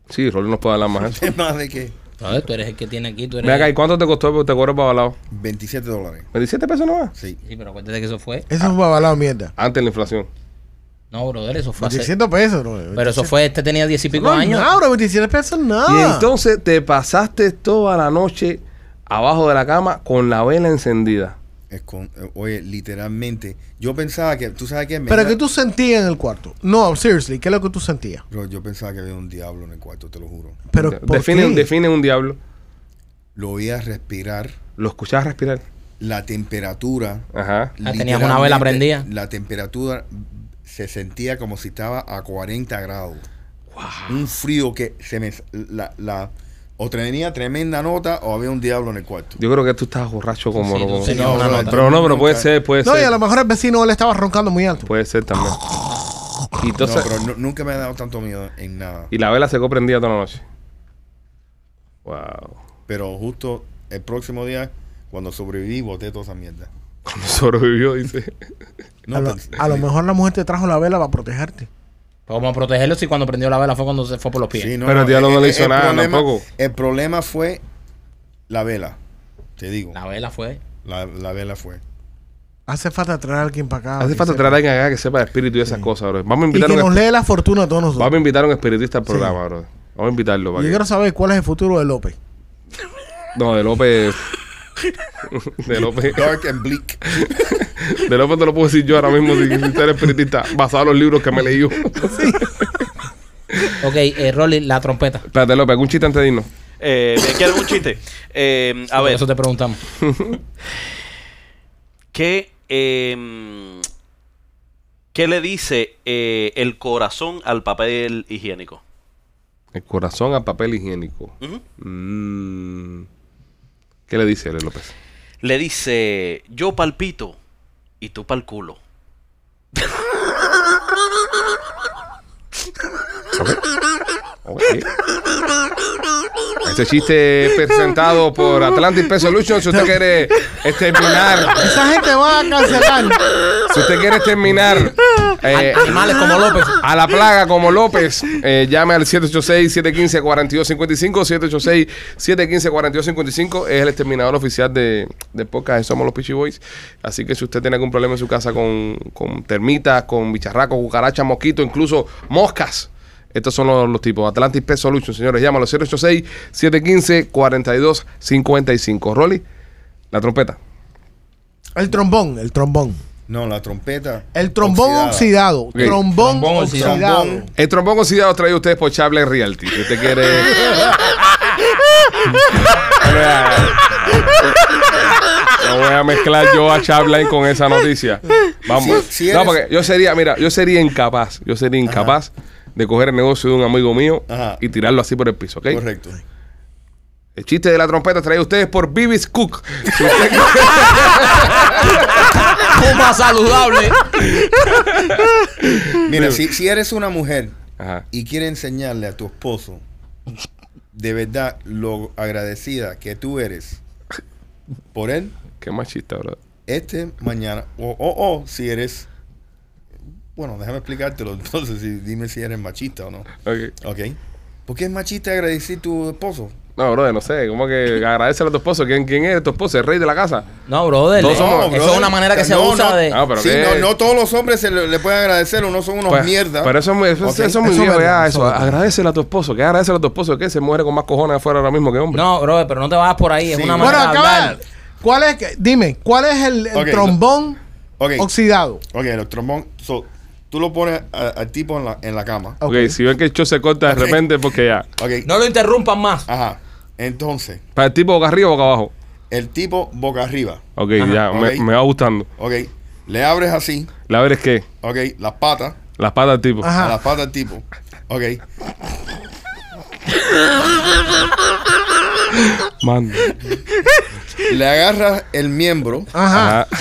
Speaker 1: Sí, Rolly nos puede hablar más de eso.
Speaker 4: Es más de que
Speaker 2: ¿Sabes? Tú eres el que tiene aquí, tú eres.
Speaker 1: Mira acá, ¿y cuánto te costó te cobro para lado?
Speaker 4: 27 dólares.
Speaker 1: 27 pesos nomás.
Speaker 4: Sí.
Speaker 2: Sí, pero acuérdate que eso fue.
Speaker 3: Eso es un babalao mierda.
Speaker 1: Antes de la inflación.
Speaker 2: No, brother, eso fue hace.
Speaker 3: 27 pesos, bro.
Speaker 2: Pero eso fue, este tenía diez y pico
Speaker 3: no,
Speaker 2: años.
Speaker 3: nada, bro, 27 pesos, nada.
Speaker 1: Y entonces te pasaste toda la noche abajo de la cama con la vela encendida.
Speaker 4: Es con, eh, oye, literalmente. Yo pensaba que. ¿Tú sabes qué? Me
Speaker 3: Pero
Speaker 4: iba-
Speaker 3: que tú sentías en el cuarto. No, seriously, ¿qué es lo que tú sentías?
Speaker 4: Bro, yo pensaba que había un diablo en el cuarto, te lo juro.
Speaker 3: Pero ¿por
Speaker 1: define,
Speaker 3: qué?
Speaker 1: define un diablo.
Speaker 4: Lo oía respirar,
Speaker 1: Lo escuchabas respirar.
Speaker 4: la temperatura.
Speaker 1: Ajá.
Speaker 2: Ah, tenías una vela
Speaker 4: literalmente,
Speaker 2: prendida.
Speaker 4: La temperatura se sentía como si estaba a 40 grados. Un frío que se me. La, la, o tenía tremenda nota o había un diablo en el cuarto.
Speaker 1: Yo creo que tú estabas borracho como...
Speaker 2: Sí, tú
Speaker 1: como-
Speaker 2: tenías
Speaker 4: No,
Speaker 2: una
Speaker 4: bro,
Speaker 2: nota.
Speaker 1: pero no, pero puede
Speaker 4: Nunca.
Speaker 1: ser, puede
Speaker 3: no, y
Speaker 1: ser.
Speaker 3: a lo mejor el vecino él estaba roncando muy alto.
Speaker 1: Puede ser también. Y,
Speaker 4: No,
Speaker 1: entonces,
Speaker 4: pero nu- nunca me ha dado tanto miedo en nada.
Speaker 1: y la vela se quedó prendida toda la noche. Wow.
Speaker 4: Pero justo el próximo día, cuando sobreviví, boté toda esa mierda.
Speaker 1: Cuando sobrevivió, dice.
Speaker 4: No,
Speaker 3: a, lo,
Speaker 1: pues,
Speaker 4: pens-
Speaker 3: a lo mejor la mujer te trajo la vela para protegerte.
Speaker 2: Vamos a protegerlo si cuando prendió la vela fue cuando se fue por los pies.
Speaker 4: Sí,
Speaker 1: Pero el diablo no le hizo nada
Speaker 4: problema-
Speaker 1: tampoco.
Speaker 4: El problema fue la vela. Te digo,
Speaker 2: La vela fue.
Speaker 4: la, la vela fue.
Speaker 3: Hace falta traer a alguien para acá.
Speaker 1: Hace
Speaker 3: que
Speaker 1: falta
Speaker 3: sepa.
Speaker 1: traer a alguien acá que sepa de espíritu y esas cosas, bro. Vamos a
Speaker 3: Y
Speaker 1: invitar a
Speaker 3: que
Speaker 1: un
Speaker 3: nos lee la fortuna a todos nosotros.
Speaker 1: Vamos a invitar a un espiritista al programa, bro. Vamos a invitarlo para
Speaker 3: Yo
Speaker 1: que-
Speaker 3: quiero saber cuál es el futuro de López.
Speaker 1: No, de López. de López.
Speaker 4: Dark and bleak.
Speaker 1: De López te lo puedo decir yo ahora mismo sin, sin ser espiritista, basado en los libros que me leí yo.
Speaker 2: Ok, eh, Rolly, la trompeta.
Speaker 1: Espérate, López, algún chiste antes de irnos.
Speaker 5: Eh, ¿me ¿Quieres un chiste? Eh, a
Speaker 2: Por
Speaker 5: ver,
Speaker 2: Eso te preguntamos.
Speaker 5: ¿qué, eh, ¿qué le dice eh, el corazón al papel higiénico?
Speaker 1: El corazón a papel higiénico.
Speaker 5: Ujú.
Speaker 1: Mm. ¿Qué le dice Ale López?
Speaker 5: Le dice, yo palpito y tú palculo.
Speaker 1: Ok. Este chiste es presentado por Atlantic Pest Solutions. Si usted quiere exterminar,
Speaker 3: Esa gente va a cancelar.
Speaker 1: si usted quiere exterminar eh,
Speaker 2: Animales como López.
Speaker 1: a la plaga como López, eh, llame al 786-715-4255. 786-715-4255 es el exterminador oficial de, de podcast de Somos los Pichi Boys. Así que si usted tiene algún problema en su casa con, con termitas, con bicharracos, cucarachas, mosquitos, incluso moscas. Estos son los, los tipos. Atlantic Pest Solutions, señores. Llámalo 786-715-4255. Rolly, la trompeta.
Speaker 3: El trombón, el trombón.
Speaker 4: No, la trompeta.
Speaker 3: El trombón
Speaker 4: oxidada.
Speaker 3: oxidado. Trombón,
Speaker 2: Trombón
Speaker 3: oxidado.
Speaker 2: oxidado.
Speaker 4: Trombón.
Speaker 1: El trombón oxidado traído a ustedes por Chable Realty. Si usted quiere. No voy a mezclar yo a Chapline con esa noticia. Vamos.
Speaker 4: Si- si
Speaker 1: no,
Speaker 4: eres-
Speaker 1: porque yo sería, mira, yo sería incapaz, yo sería incapaz de coger el negocio de un amigo mío
Speaker 4: Ajá.
Speaker 1: y tirarlo así por el piso, ¿ok?
Speaker 4: Correcto.
Speaker 1: El chiste de la trompeta traído a ustedes por Bibis Cook. Si usted-
Speaker 2: Puma saludable.
Speaker 4: Mira, si, si eres una mujer
Speaker 1: Ajá.
Speaker 4: y quieres enseñarle a tu esposo de verdad lo agradecida que tú eres por él,
Speaker 1: Qué machista, bro.
Speaker 4: este mañana, o, o, o si eres, bueno, déjame explicártelo entonces, y dime si eres machista o no.
Speaker 1: Ok.
Speaker 4: Ok. ¿Por qué es machista agradecer a tu esposo?
Speaker 1: No, brother, no sé. ¿Cómo que agradecer a tu esposo? ¿Quién, quién es tu esposo? ¿El rey de la casa?
Speaker 2: No, brother.
Speaker 1: No
Speaker 2: eh,
Speaker 1: somos-
Speaker 2: eso
Speaker 4: brother.
Speaker 2: es una manera que se
Speaker 4: No,
Speaker 2: usa
Speaker 4: no.
Speaker 2: de.
Speaker 1: Ah, pero
Speaker 4: sí,
Speaker 1: qué-
Speaker 4: no, no todos los hombres se le, le pueden agradecer, unos son unos
Speaker 1: Pues,
Speaker 4: mierda.
Speaker 1: Pero eso es muy, eso,
Speaker 4: Ok,
Speaker 1: eso es muy
Speaker 3: eso es
Speaker 1: viejo
Speaker 3: verdad,
Speaker 1: ya,
Speaker 3: eso
Speaker 1: eso.
Speaker 3: es verdad.
Speaker 1: Agradecele a tu esposo. ¿Qué agradecele a tu esposo? ¿Qué? Se muere con más cojones afuera ahora mismo que hombre.
Speaker 2: No, brother, pero no te vas por ahí. Es
Speaker 4: Sí.
Speaker 2: una
Speaker 3: Bueno,
Speaker 2: manera de
Speaker 3: acaba.
Speaker 2: hablar.
Speaker 3: ¿Cuál es, que- dime, ¿cuál es el, el
Speaker 4: Ok, so-
Speaker 3: trombón
Speaker 4: ok,
Speaker 3: oxidado?
Speaker 4: ok, el trombón. so, tú lo pones a- al tipo en la, en la cama.
Speaker 1: Ok, si ven que el show se corta de repente, porque ya.
Speaker 4: Ok,
Speaker 2: No lo interrumpan más.
Speaker 4: ajá. Entonces,
Speaker 1: Para el tipo boca arriba o boca abajo.
Speaker 4: el tipo boca arriba,
Speaker 1: Ok, ya, me-
Speaker 4: ok.
Speaker 1: Me, va gustando.
Speaker 4: ok, le abres así,
Speaker 1: La ver es que,
Speaker 4: ok, las patas,
Speaker 1: las patas del tipo.
Speaker 3: Ajá.
Speaker 4: a las patas del tipo, ok,
Speaker 1: Mano.
Speaker 4: le agarras el miembro
Speaker 3: Ajá. Ah,
Speaker 1: Ajá.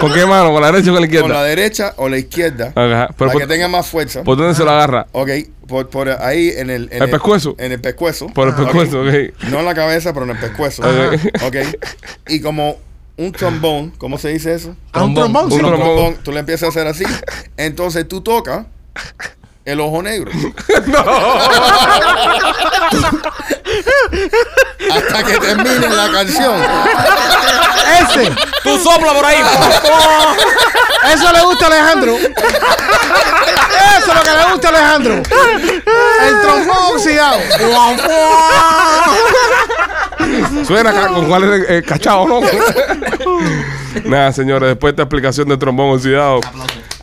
Speaker 1: ¿Con qué mano? ¿Con la derecha o con la
Speaker 4: con la
Speaker 1: izquierda?
Speaker 4: derecha o la izquierda,
Speaker 1: Ajá. Pero
Speaker 4: para que
Speaker 1: por,
Speaker 4: tenga más fuerza,
Speaker 1: ¿por dónde se lo agarra?
Speaker 4: ok, por, por ahí en el, en
Speaker 1: ¿El pescuezo?
Speaker 4: en el pescuezo,
Speaker 1: Por el
Speaker 4: Ah, ok.
Speaker 1: pescuezo, ok.
Speaker 4: No en la cabeza, pero en el pescuezo.
Speaker 1: Ajá.
Speaker 4: Ok. Y como un trombón, ¿cómo se dice eso?
Speaker 3: A
Speaker 2: trombón.
Speaker 3: un trombón,
Speaker 1: Un
Speaker 3: sí.
Speaker 4: Un
Speaker 1: trombón.
Speaker 4: trombón, tú le empiezas a hacer así. Entonces tú tocas el ojo negro. Hasta que termine la canción.
Speaker 3: Ese.
Speaker 2: Tú sopla por ahí.
Speaker 3: Eso le gusta a Alejandro. Eso es lo que le gusta a Alejandro. El trombón oxidado.
Speaker 1: Suena ca- con cuál es el cachao, ¿no? Nada, señores, después de esta explicación del trombón oxidado,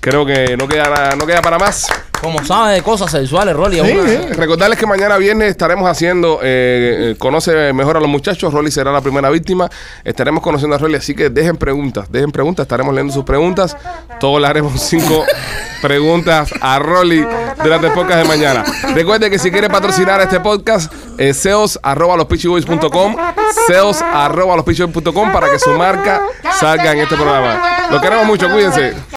Speaker 1: creo que no queda, nada- no queda para más.
Speaker 2: Como sabes de cosas sexuales, Rolly. es
Speaker 3: Sí,
Speaker 2: una-
Speaker 3: sí.
Speaker 1: Recordarles que mañana viernes estaremos haciendo eh, eh, Conoce mejor a los muchachos. Rolly será la primera víctima. Estaremos conociendo a Rolly, así que dejen preguntas, dejen preguntas. Estaremos leyendo sus preguntas. Todos le haremos cinco preguntas a Rolly durante el podcast de mañana. Recuerde que si quiere patrocinar este podcast, eh, seos arroba lospitchyboys.com, seos arroba lospitchyboys punto com para que su marca salga en este programa. Lo queremos mucho, cuídense.